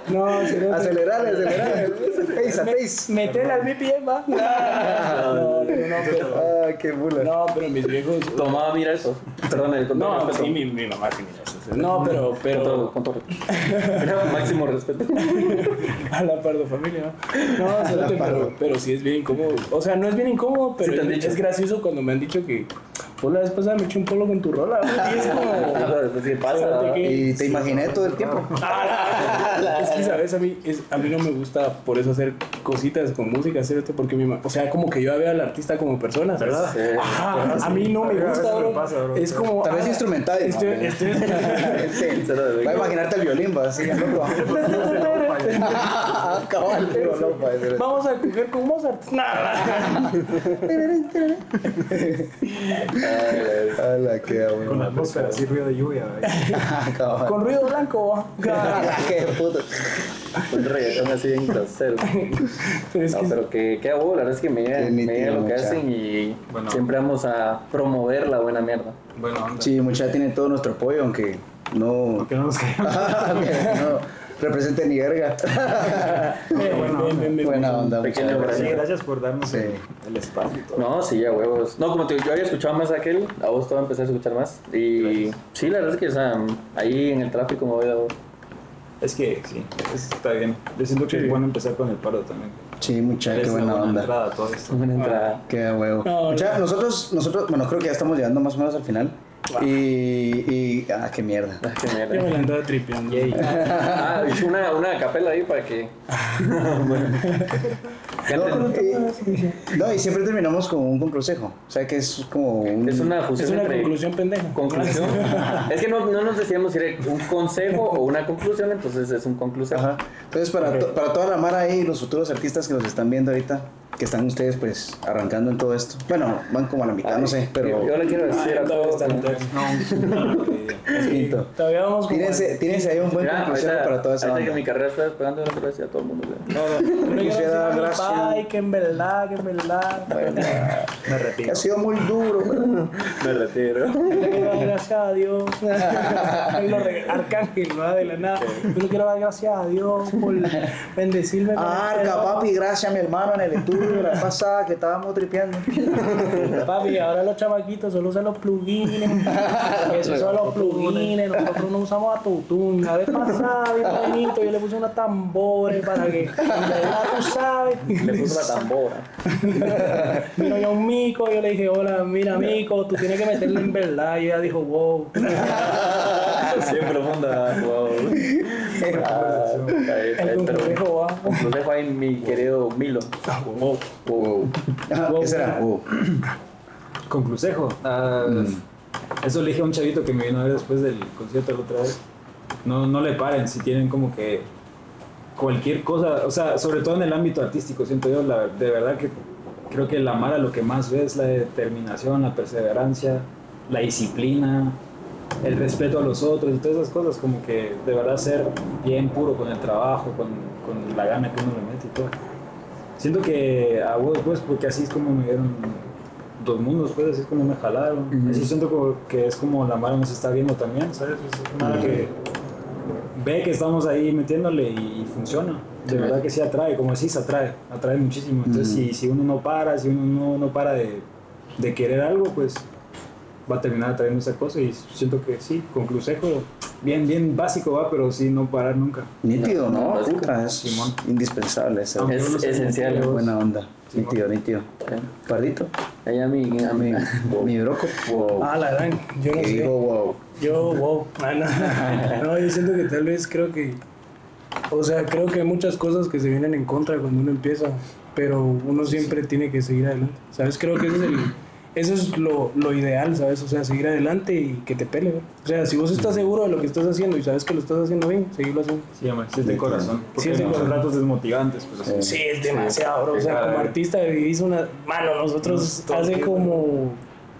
Speaker 7: No, cerote.
Speaker 1: Acelerale, acelerale. Face a face.
Speaker 7: Metele al BPM, va. No, no, no, pero-
Speaker 1: Ah, qué mula.
Speaker 7: No, pero mis viejos.
Speaker 2: Tomaba, mira eso. Perdón, el control.
Speaker 7: No, sí, mi, mi mamá sí, mira, sí, sí. No, pero, pero
Speaker 2: Con todo respeto. Mira, Máximo respeto.
Speaker 7: a la par de familia. No, No, cerote, pero, pero sí es bien incómodo. O sea, no es bien incómodo, pero
Speaker 2: Sí te han
Speaker 7: es,
Speaker 2: dicho.
Speaker 7: es gracioso cuando me han dicho que pues la vez pasada me eché un polo con tu rola. güey", Y es como.
Speaker 2: Pues, ¿Qué pasa?
Speaker 7: Cerote, ¿qué?
Speaker 1: Y te imaginé todo el tiempo.
Speaker 7: Es que, ¿sabes? A mí, es, a mí no me gusta por eso hacer cositas con música, ¿cierto? Porque mi mamá, o sea, como que yo veo al artista como persona,
Speaker 5: Pues
Speaker 7: ¿verdad?
Speaker 2: Sí.
Speaker 7: Ajá, a mí no me
Speaker 5: A veces
Speaker 7: gusta,
Speaker 5: me
Speaker 7: bro.
Speaker 5: pasa, bro.
Speaker 7: Es como...
Speaker 1: Tal vez
Speaker 7: ah, este,
Speaker 1: instrumental.
Speaker 7: Estoy,
Speaker 1: ¿no?
Speaker 7: estoy
Speaker 1: Este, Sí. Va a imaginarte el violín, va así, al otro. Cabal, pero no, pa, pero-
Speaker 7: Vamos a coger con Mozart.
Speaker 1: A la que
Speaker 5: Con la atmósfera, así ruido de lluvia. ¿verdad?
Speaker 1: Cabal.
Speaker 7: Con ruido blanco.
Speaker 1: Qué puto.
Speaker 2: Un reggaetón así bien grosero.
Speaker 7: Pero es
Speaker 2: No,
Speaker 7: que
Speaker 2: pero que, que abuelo, la verdad es que me llega,
Speaker 1: Qué
Speaker 2: me
Speaker 1: nítido,
Speaker 2: llega lo que
Speaker 1: mucha.
Speaker 2: hacen y
Speaker 5: Bueno.
Speaker 2: siempre vamos a promover la buena mierda.
Speaker 5: Bueno, onda.
Speaker 1: Sí, muchacha tiene todo nuestro apoyo, aunque no.
Speaker 5: Que no nos caigamos.
Speaker 1: aunque no represente ni verga.
Speaker 5: Qué buena onda.
Speaker 1: Buena onda, muchas
Speaker 2: Pequeño
Speaker 1: gracias.
Speaker 5: Sí, gracias por darnos
Speaker 1: Sí.
Speaker 5: el, el espacio. y todo.
Speaker 2: No, sí, ya huevos. No, como te digo, yo había escuchado más a aquel, a vos te voy a empezar a escuchar más. Y sí, la verdad es que, o sea, ahí en el tráfico me voy a
Speaker 5: Es que sí, es- está bien. Yo siento que es bueno empezar con el paro también.
Speaker 1: Sí, mucha, qué
Speaker 5: Es una
Speaker 1: buena
Speaker 5: buena
Speaker 1: onda.
Speaker 5: entrada a todo esto.
Speaker 2: una entrada.
Speaker 1: Qué huevo. Mucha, nosotros, nosotros, bueno, creo que ya estamos llegando más o menos al final. Y, y. Ah, qué mierda.
Speaker 2: Ah, qué
Speaker 7: yo me
Speaker 2: mierda.
Speaker 7: la andaba tripeando.
Speaker 2: Ah, hice una, una capela ahí para que.
Speaker 1: No, y, no, y siempre terminamos con un consejo. O sea que es como un.
Speaker 2: Es una fusión
Speaker 7: Es una
Speaker 2: entre-
Speaker 7: conclusión pendeja.
Speaker 2: Conclusión. es que no, no nos decíamos si era un consejo o una conclusión, entonces es un conclusión.
Speaker 1: Ajá. Entonces, para, to- para toda la mara ahí, los futuros artistas que nos están viendo ahorita, que están ustedes pues arrancando en todo esto. Bueno, van como a la mitad, no sé, pero.
Speaker 2: Yo, yo le quiero decir
Speaker 7: Ah,
Speaker 2: a todos.
Speaker 1: es quinto.
Speaker 7: Todavía vamos con.
Speaker 1: Tírense, tírense ahí un buen
Speaker 2: Mira,
Speaker 1: consejo
Speaker 2: ahorita-
Speaker 1: para toda esa
Speaker 2: ahorita que
Speaker 1: banda.
Speaker 2: mi carrera está pegando la cabeza a todo el mundo. ¿sí?
Speaker 1: Quisiera dar gracias.
Speaker 7: Ay, que en verdad, que en verdad.
Speaker 5: Me retiro.
Speaker 1: Ha sido muy duro, pero-
Speaker 2: Me retiro.
Speaker 7: Yo quiero dar gracias a Dios. Lo re- Arcángel, ¿verdad? De la nada. Yo le quiero dar gracias a Dios por bendecirme. con este
Speaker 1: Ah, Arca,
Speaker 7: don.
Speaker 1: papi, gracias mi hermano en el estudio la vez pasada que estábamos tripeando.
Speaker 7: Papi, ahora los chamaquitos solo usan los plugins. Esos son los plugins. Nosotros no usamos a tutún. La vez pasada, bien bonito, yo le puse unos tambores para que. en verdad, tú sabes.
Speaker 2: Le puso la tambora.
Speaker 7: Vino ya un mico, yo le dije, hola, mira, mico, tú tienes que meterle en verdad. Y ella dijo, wow.
Speaker 2: Siempre profunda. Wow. Ah,
Speaker 7: El
Speaker 2: pero-
Speaker 7: complejo va.
Speaker 2: Complejo ahí, mi querido Milo. Oh, Wow. Wow.
Speaker 1: Ah, ¿Qué será? Uh,
Speaker 5: Con Crucejo. Ah, Eso le dije a un chavito que me vino a ver después del concierto la otra vez. No, no le paren si tienen como que cualquier cosa, o sea, sobre todo en el ámbito artístico, siento yo, la- de verdad que creo que la Mara lo que más ve es la determinación, la perseverancia, la disciplina, el respeto a los otros y todas esas cosas, como que de verdad ser bien puro con el trabajo, con, con la gana que uno le mete y todo. Siento que a vos, pues, porque así es como me dieron dos mundos, pues, así es como me jalaron. Así siento como que es como la Mara nos está viendo también, ¿sabes? Es una Mara que ve que estamos ahí metiéndole y, y funciona. De verdad que sí atrae, como decís, atrae, atrae muchísimo. Entonces, si, si uno no para, si uno no, no para de, de querer algo, pues va a terminar atrayendo esa cosa. Y siento que sí, con Crucejo, bien, bien básico va, pero sí, no parar nunca.
Speaker 1: nítido, ¿no?
Speaker 2: Básico.
Speaker 1: Puta, es
Speaker 5: Simón.
Speaker 1: indispensable esa
Speaker 5: Aunque
Speaker 2: Es
Speaker 5: uno se
Speaker 2: esencial,
Speaker 5: motive,
Speaker 1: buena onda.
Speaker 5: Simón.
Speaker 1: Nítido, nítido. Pardito,
Speaker 2: Allá mi. a
Speaker 1: mi,
Speaker 2: mi-
Speaker 1: mi broco. Wow.
Speaker 7: Ah, la gran, yo no
Speaker 1: Que dijo
Speaker 7: sé.
Speaker 1: wow.
Speaker 7: Yo, wow. Ah, no. no, yo siento que tal vez creo que. O sea, creo que hay muchas cosas que se vienen en contra cuando uno empieza, pero uno siempre tiene que seguir adelante. ¿Sabes? Creo que ese es el. Eso es lo, lo ideal, ¿sabes? O sea, seguir adelante y que te pele, ¿verdad? O sea, si vos estás seguro de lo que estás haciendo y sabes que lo estás haciendo bien, seguirlo haciendo.
Speaker 5: Sí, amor, sí es de corazón. Porque
Speaker 7: Sí es de
Speaker 5: muchos
Speaker 7: corazón.
Speaker 5: ratos desmotivantes, pues así.
Speaker 7: Sí, es demasiado, bro. O sea,
Speaker 5: Claro.
Speaker 7: como artista vivís una. Mano, nosotros
Speaker 5: Todo
Speaker 7: hace
Speaker 5: bien,
Speaker 7: como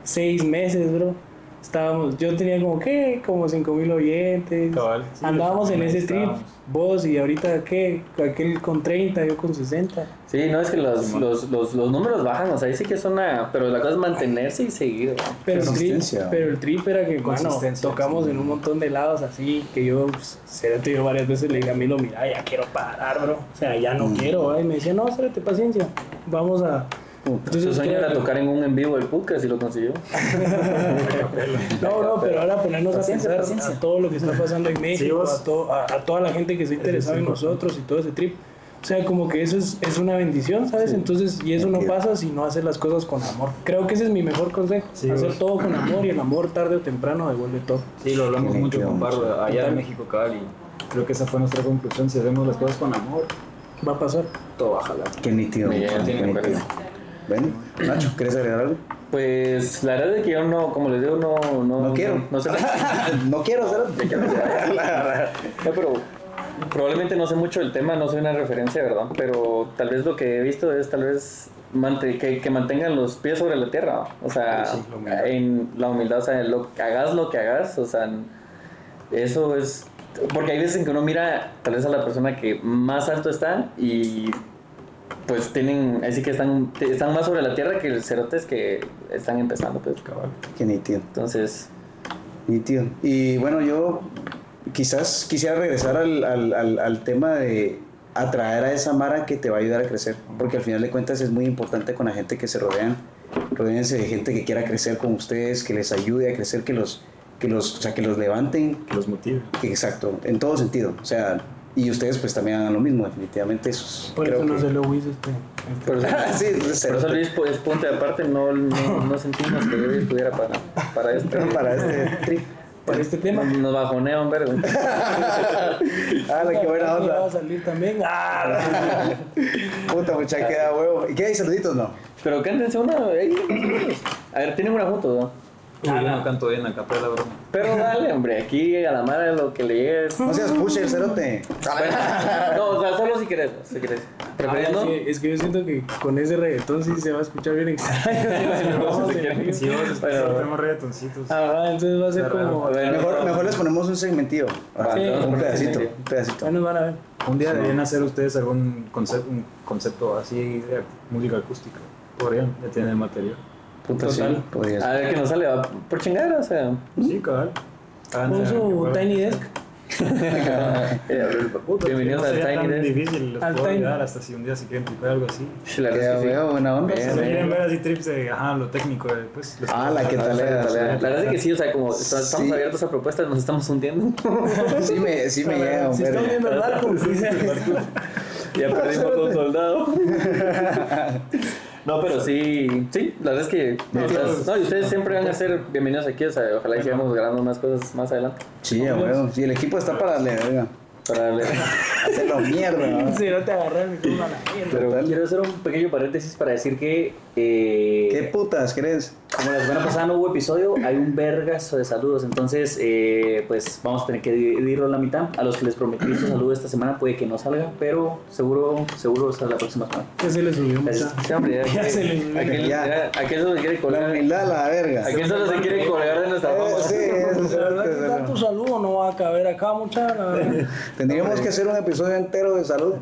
Speaker 7: seis meses, bro. Estábamos, yo tenía como, ¿qué? Como cinco mil oyentes.
Speaker 5: Cabal. Sí,
Speaker 7: Andábamos en ese trip.
Speaker 5: estábamos.
Speaker 7: Vos y ahorita, ¿qué? Aquel con 30, yo con 60.
Speaker 2: Sí, no es que los, los, los, los números bajan, o sea, ahí sí que es una. Pero la cosa es mantenerse y seguir. ¿no?
Speaker 7: Pero el, trip,
Speaker 1: Consistencia.
Speaker 7: pero el trip era que, mano,
Speaker 5: Consistencia,
Speaker 7: tocamos en un montón de lados así, que yo, pues, Cerote, yo varias veces le dije a Milo, mira, ya quiero parar, bro. O sea, ya no quiero, ¿va? Y me decía, no, Cérate, paciencia, vamos a... Entonces,
Speaker 2: Su sueño
Speaker 7: creo
Speaker 2: era
Speaker 7: que-
Speaker 2: tocar en un en vivo del podcast y lo consiguió.
Speaker 7: No, no, pero ahora ponernos
Speaker 2: Paciencia,
Speaker 7: a pensar
Speaker 2: paciencia.
Speaker 7: a todo lo que está pasando en México,
Speaker 5: vos.
Speaker 7: a, to- a- a toda la gente que se ha interesado en nosotros y todo ese trip. O sea, como que eso es, es una bendición, ¿sabes? Entonces, y eso no pasa si no haces las cosas con amor. Creo que ese es mi mejor consejo.
Speaker 5: Sí,
Speaker 7: hacer
Speaker 5: vos.
Speaker 7: todo con amor y el amor tarde o temprano devuelve todo.
Speaker 5: Sí, lo hablamos
Speaker 1: Qué
Speaker 5: mucho con
Speaker 1: bonito.
Speaker 5: Barro allá en México, cabal. Y creo que esa fue nuestra conclusión. Si hacemos las cosas con amor,
Speaker 7: Va a pasar.
Speaker 5: todo baja la.
Speaker 1: Qué nítido.
Speaker 2: Bien,
Speaker 1: mucha,
Speaker 2: tiene
Speaker 1: qué
Speaker 2: que
Speaker 1: nítido. Bueno, Nacho, ¿quieres agregar algo?
Speaker 2: Pues la verdad es que yo no, como les digo, no. No,
Speaker 1: No quiero.
Speaker 2: No, sé.
Speaker 1: no quiero,
Speaker 2: No, pero probablemente no sé mucho del tema, no soy una referencia, ¿verdad? Pero tal vez lo que he visto es tal vez mante- que, que mantengan los pies sobre la tierra, ¿va? o sea,
Speaker 5: Sí, la humildad.
Speaker 2: en la humildad, o sea, lo, hagas lo que hagas, o sea, eso es... Porque hay veces en que uno mira tal vez a la persona que más alto está y pues tienen, así que están, están más sobre la tierra que los cerotes que están empezando, pues.
Speaker 1: Qué nítido.
Speaker 2: Entonces,
Speaker 1: Nítido. Y bueno, yo quizás quisiera regresar al, al- al- al tema de atraer a esa mara que te va a ayudar a crecer, porque al final de cuentas es muy importante con la gente que se rodean. Rodéense de gente que quiera crecer con ustedes, que les ayude a crecer, que los, que los, o sea, que los levanten,
Speaker 5: que los motive.
Speaker 1: que- exacto, en todo sentido. O sea, y ustedes pues también hagan lo mismo, definitivamente. Eso es-
Speaker 5: Por
Speaker 1: creo
Speaker 5: eso no
Speaker 1: que-
Speaker 5: se lo hizo este.
Speaker 2: por eso-
Speaker 1: Ah, sí,
Speaker 2: Por eso Luis pues, punto de aparte, no, no, no sentimos que Luis estuviera para, para este.
Speaker 1: para este trip.
Speaker 7: Para este tema.
Speaker 2: Nos nos bajonea, hombre.
Speaker 1: Ah, la que buena
Speaker 7: Ya Va a
Speaker 1: onda.
Speaker 7: salir también. ¡Ah!
Speaker 1: Puta muchacha, queda huevo. ¿Y qué hay saluditos? No.
Speaker 2: Pero cántense una. ahí. A ver, tienen una juntos, ¿no?
Speaker 3: Uy,
Speaker 9: Ah,
Speaker 3: yo no canto bien acá, pero la broma.
Speaker 2: Pero dale, hombre, aquí a la madre lo que le llegue es.
Speaker 1: No seas pusher, cerote.
Speaker 2: Bueno, no, o sea, solo si querés, si querés. ¿Preferís
Speaker 7: Ah,
Speaker 2: no?
Speaker 7: sí, es que yo siento que con ese reggaetón sí se va a escuchar bien extraño.
Speaker 2: No, si querés.
Speaker 5: Sí, vos
Speaker 2: Bueno,
Speaker 5: tenemos reggaetoncitos.
Speaker 7: Ajá, entonces va a ser como.
Speaker 2: bueno,
Speaker 1: Mejor, mejor les ponemos un segmentivo. Ah,
Speaker 2: Sí.
Speaker 1: un pedacito, un pedacito.
Speaker 7: Bueno, van a ver.
Speaker 5: Un día deberían hacer ustedes algún concepto, un concepto así de música acústica. Podrían, ya tienen el material.
Speaker 1: Puta, sí,
Speaker 2: Total.
Speaker 1: podría
Speaker 2: A
Speaker 1: ser.
Speaker 2: ver qué nos sale, va por chingar, o sea.
Speaker 5: Sí, cabal.
Speaker 1: Ah,
Speaker 7: Con su Mm. Pues Tiny Desk.
Speaker 2: eh, Bienvenidos al Tiny
Speaker 5: Es
Speaker 2: Desk. Eh,
Speaker 5: difícil, les
Speaker 7: Al
Speaker 5: puedo
Speaker 7: Tiny.
Speaker 5: ayudar hasta si un día se quieren tripear algo así.
Speaker 1: Queda
Speaker 2: La verdad es que sí.
Speaker 1: huevo, buena onda.
Speaker 5: Si
Speaker 2: Bien,
Speaker 5: se
Speaker 2: bien.
Speaker 5: quieren ver así trips de, ajá, lo técnico, eh, pues... les
Speaker 1: Ah,
Speaker 5: puedo
Speaker 1: la que
Speaker 5: ayudar.
Speaker 1: tal
Speaker 2: La
Speaker 1: era.
Speaker 2: verdad es que sí, o sea, como est- estamos
Speaker 1: Sí.
Speaker 2: abiertos a propuestas, nos estamos hundiendo.
Speaker 1: Sí me, sí me llega,
Speaker 7: Si
Speaker 1: eh,
Speaker 7: están
Speaker 1: hombre.
Speaker 7: viendo el barco,
Speaker 2: ya perdimos un soldado. no, pero sí, sí, la verdad es que. o sea, no, y ustedes siempre van a ser bienvenidos aquí, o sea, ojalá y sigamos grabando más cosas más adelante.
Speaker 1: Sí, a huevo.
Speaker 2: pues.
Speaker 1: Sí, el equipo está para darle, verga.
Speaker 2: Para darle-
Speaker 1: Hacerlo mierda. ¿no?
Speaker 7: si no te agarré el micrófono a la mierda.
Speaker 2: Pero
Speaker 1: Total.
Speaker 2: quiero hacer un pequeño paréntesis para decir que. eh,
Speaker 1: ¿Qué putas crees?
Speaker 9: Como la semana pasada no hubo episodio, hay un vergazo de saludos. Entonces, eh, pues vamos a tener que dividirlo a la mitad. A los que les prometí su saludo esta semana puede que no salga, pero seguro, seguro sale la próxima semana.
Speaker 7: Ya se le subió mucho.
Speaker 2: es- sí, hombre, ya,
Speaker 7: Ya se le olvidó.
Speaker 2: aquel,
Speaker 1: Ya.
Speaker 2: ya, aquel solo se quiere
Speaker 1: La
Speaker 2: colgar.
Speaker 1: humildad, la verga.
Speaker 2: Aquel solo se quiere colgar de nuestra
Speaker 1: Eh,
Speaker 2: fama.
Speaker 1: sí, eso
Speaker 7: La Pues, verdad que tanto
Speaker 1: es
Speaker 7: saludo no va a caber acá, mucha. la verdad.
Speaker 1: Tendríamos que hacer un episodio entero de salud.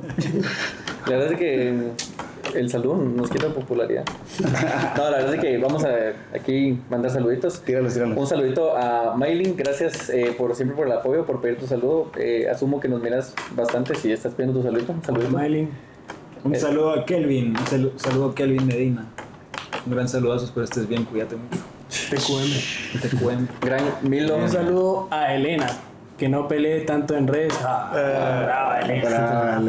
Speaker 2: La verdad es que el saludo nos quita popularidad. No, la verdad es que vamos a aquí mandar saluditos.
Speaker 1: Tíralos,
Speaker 2: Un
Speaker 1: tíralos.
Speaker 2: saludito a Maylin, gracias eh, por siempre por el apoyo, por pedir tu saludo. Eh, asumo que nos miras bastante si estás pidiendo tu saludito. Un saludito.
Speaker 5: Smiling. Un saludo a Kelvin, un salu- saludo a Kelvin Medina. Un gran saludazo, espero estés bien, cuídate mucho. TQM. TQM.
Speaker 2: Gran Milo.
Speaker 7: Un saludo a Elena, que no pelee tanto en redes. Ah, brava, Elena.
Speaker 1: Eh,
Speaker 7: Ah,
Speaker 1: Bravo,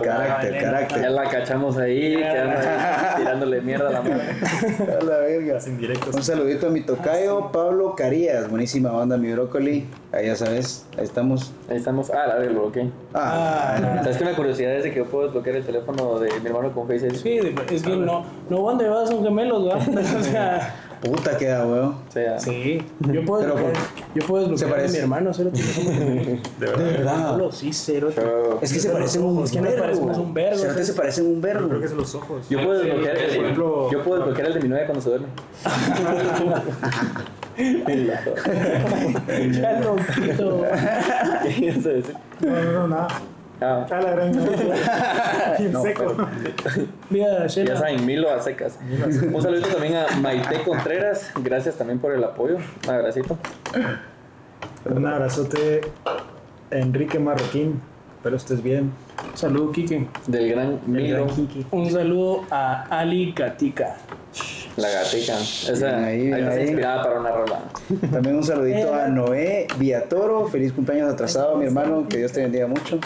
Speaker 1: bravo. Carácter,
Speaker 2: Ya
Speaker 1: carácter.
Speaker 2: la cachamos ahí, que anda ahí tirándole mierda a la madre.
Speaker 1: A la verga.
Speaker 5: Sin directos.
Speaker 1: Un saludito a mi tocayo, Pablo Carías. Buenísima banda, mi brócoli. Ahí ya sabes, ahí estamos.
Speaker 2: Ahí estamos. Ah, la de lo bloqueé.
Speaker 1: Ah,
Speaker 2: ¿Sabes que una curiosidad es de que yo puedo bloquear el teléfono de mi hermano con Face ID?
Speaker 7: Sí, de- es que no, no van de vas, son gemelos, ¿verdad? O sea,
Speaker 1: puta queda, weón.
Speaker 2: O sea,
Speaker 7: sí. Yo puedo
Speaker 1: Pero,
Speaker 7: desbloquear, yo puedo
Speaker 1: ¿se
Speaker 7: desbloquear a
Speaker 1: parece?
Speaker 7: mi hermano, cero tío, somos gemelos.
Speaker 1: De verdad.
Speaker 7: Solo sí, cero tío.
Speaker 2: yo-
Speaker 1: Es que se parecen un
Speaker 7: Es que nos parecemos un vergo,
Speaker 1: ¿Será que
Speaker 7: sí.
Speaker 1: se parecen un verbo?
Speaker 5: Creo que es los ojos.
Speaker 2: Yo puedo desbloquear el,
Speaker 5: por ejemplo-
Speaker 2: yo puedo desbloquear el de mi novia cuando se duerme.
Speaker 7: Ya lo quito.
Speaker 2: ¿Qué ibas a decir?
Speaker 5: No, no, no, nada.
Speaker 2: Ah,
Speaker 5: A la gran. Bien seco.
Speaker 7: Mira, Shela.
Speaker 2: ya saben, Milo a secas. Un saludito también a Maite Contreras. Gracias también por el apoyo. Un abracito.
Speaker 5: Un abrazote, Enrique Marroquín. Espero estés bien.
Speaker 7: Saludo, Kike.
Speaker 2: Del gran Milo.
Speaker 7: Un saludo a Ali Gatica.
Speaker 2: La gatica. Esa
Speaker 1: Ahí,
Speaker 2: ahí, está
Speaker 1: ahí.
Speaker 2: inspirada para una rola.
Speaker 1: También un saludito a Noé Villatoro. Feliz cumpleaños atrasado, mi hermano. Que Dios te bendiga mucho.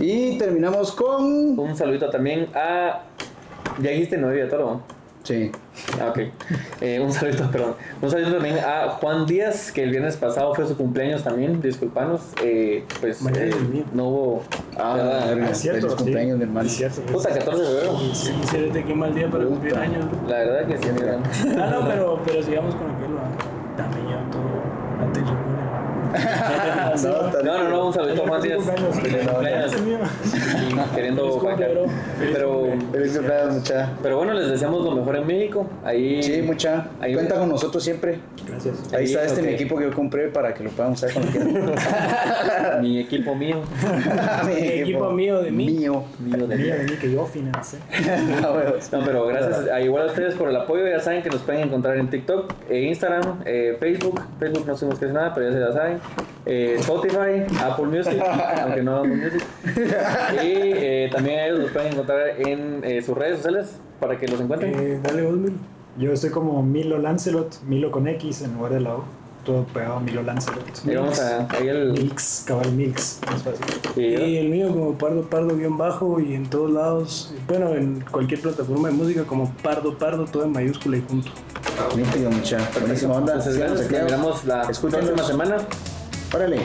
Speaker 1: Y terminamos con.
Speaker 2: Un saludito también a. Ya dijiste novia, toro.
Speaker 1: Sí.
Speaker 2: Ah, ok. Eh, un saludito, perdón. Un saludo también a Juan Díaz, que el viernes pasado fue su cumpleaños también. Disculpanos. Eh, pues
Speaker 7: Mañana
Speaker 2: eh,
Speaker 7: es el mío.
Speaker 2: no hubo.
Speaker 1: Ah, la
Speaker 2: Ah,
Speaker 1: verga.
Speaker 5: Es cierto,
Speaker 1: Feliz
Speaker 5: sí.
Speaker 1: cumpleaños, mi hermano.
Speaker 5: Es cierto.
Speaker 2: puta, 14 de febrero.
Speaker 7: Cero tío, qué mal día para cumplir años.
Speaker 2: La verdad que sí, mira.
Speaker 7: Ah, no, pero, pero sigamos con aquel. ¿no? Dame ya todo. Antes yo con él.
Speaker 2: No, no, no, un saludo a Juan Díaz.
Speaker 5: Cumpleaños.
Speaker 2: Feliz cumpleaños. Y Queriendo bancar. Pero,
Speaker 1: Feliz cumpleaños, mucha.
Speaker 2: pero bueno, les deseamos lo mejor en México. Ahí.
Speaker 1: Sí, mucha.
Speaker 2: Ahí-
Speaker 1: Cuenta con nosotros siempre.
Speaker 5: Gracias.
Speaker 1: Ahí está este
Speaker 2: Ok.
Speaker 1: mi equipo que yo compré para que lo puedan usar cuando quieran.
Speaker 2: Mi equipo mío.
Speaker 1: Mi
Speaker 5: equipo mío de mí.
Speaker 1: Mío. Ah,
Speaker 2: Mío de mí.
Speaker 5: Mira, vení que yo financé.
Speaker 1: A huevos.
Speaker 2: No, pero gracias a igual a ustedes por el apoyo. Ya saben que nos pueden encontrar en TikTok, eh, Instagram, eh, Facebook. Facebook no sabemos qué es nada, pero ya se la saben. Eh, Spotify, Apple Music, aunque no Apple Music. Y eh, también a ellos los pueden encontrar en eh, sus redes sociales para que los encuentren.
Speaker 5: Eh, dale vos, Milo. Yo estoy como Milo Lancelot, Milo con X en lugar de la O. Todo pegado Milo Lancelot.
Speaker 2: Ahí vamos a. Ahí el.
Speaker 5: Mix, cabal Mix. Más fácil.
Speaker 2: y-
Speaker 7: Y el mío como Pardo Pardo guión bajo y en todos lados, bueno, en cualquier plataforma de música como Pardo Pardo, todo en mayúscula y junto.
Speaker 1: Nítido, mucha. Buenísima onda.
Speaker 2: Entonces,
Speaker 1: Síganos
Speaker 2: gracias. Nos
Speaker 1: activos.
Speaker 2: vemos la
Speaker 1: Escúchenos.
Speaker 2: próxima semana.
Speaker 1: Órale.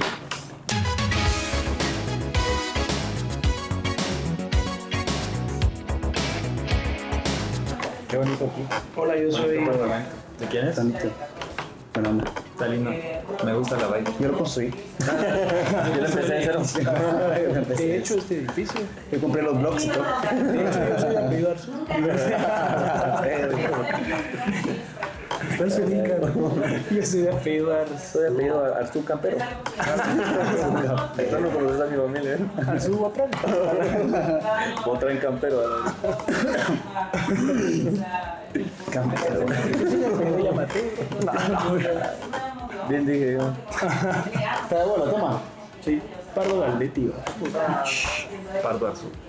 Speaker 5: Qué bonito aquí.
Speaker 7: Hola, yo soy...
Speaker 5: ¿De quién es?
Speaker 1: Está nítido. Bueno, hombre,
Speaker 5: Está lindo. Me gusta la vaina.
Speaker 1: yo lo construí.
Speaker 2: Yo lo empecé de cero.
Speaker 7: He hecho este edificio.
Speaker 1: Yo compré los blogs y todo.
Speaker 7: Yo soy abridor.
Speaker 5: Está su rica. Yo soy de apellido Arce.
Speaker 2: Soy apellido Ar- Arzú Campero. Esto no conoces a mi familia. ¿eh?
Speaker 5: Arzu, aprende.
Speaker 2: Otra en Campero. a ver. Bien dije yo.
Speaker 1: Está de bola, toma.
Speaker 5: Sí, Pardo Galdetti. va.
Speaker 6: Pardo azul.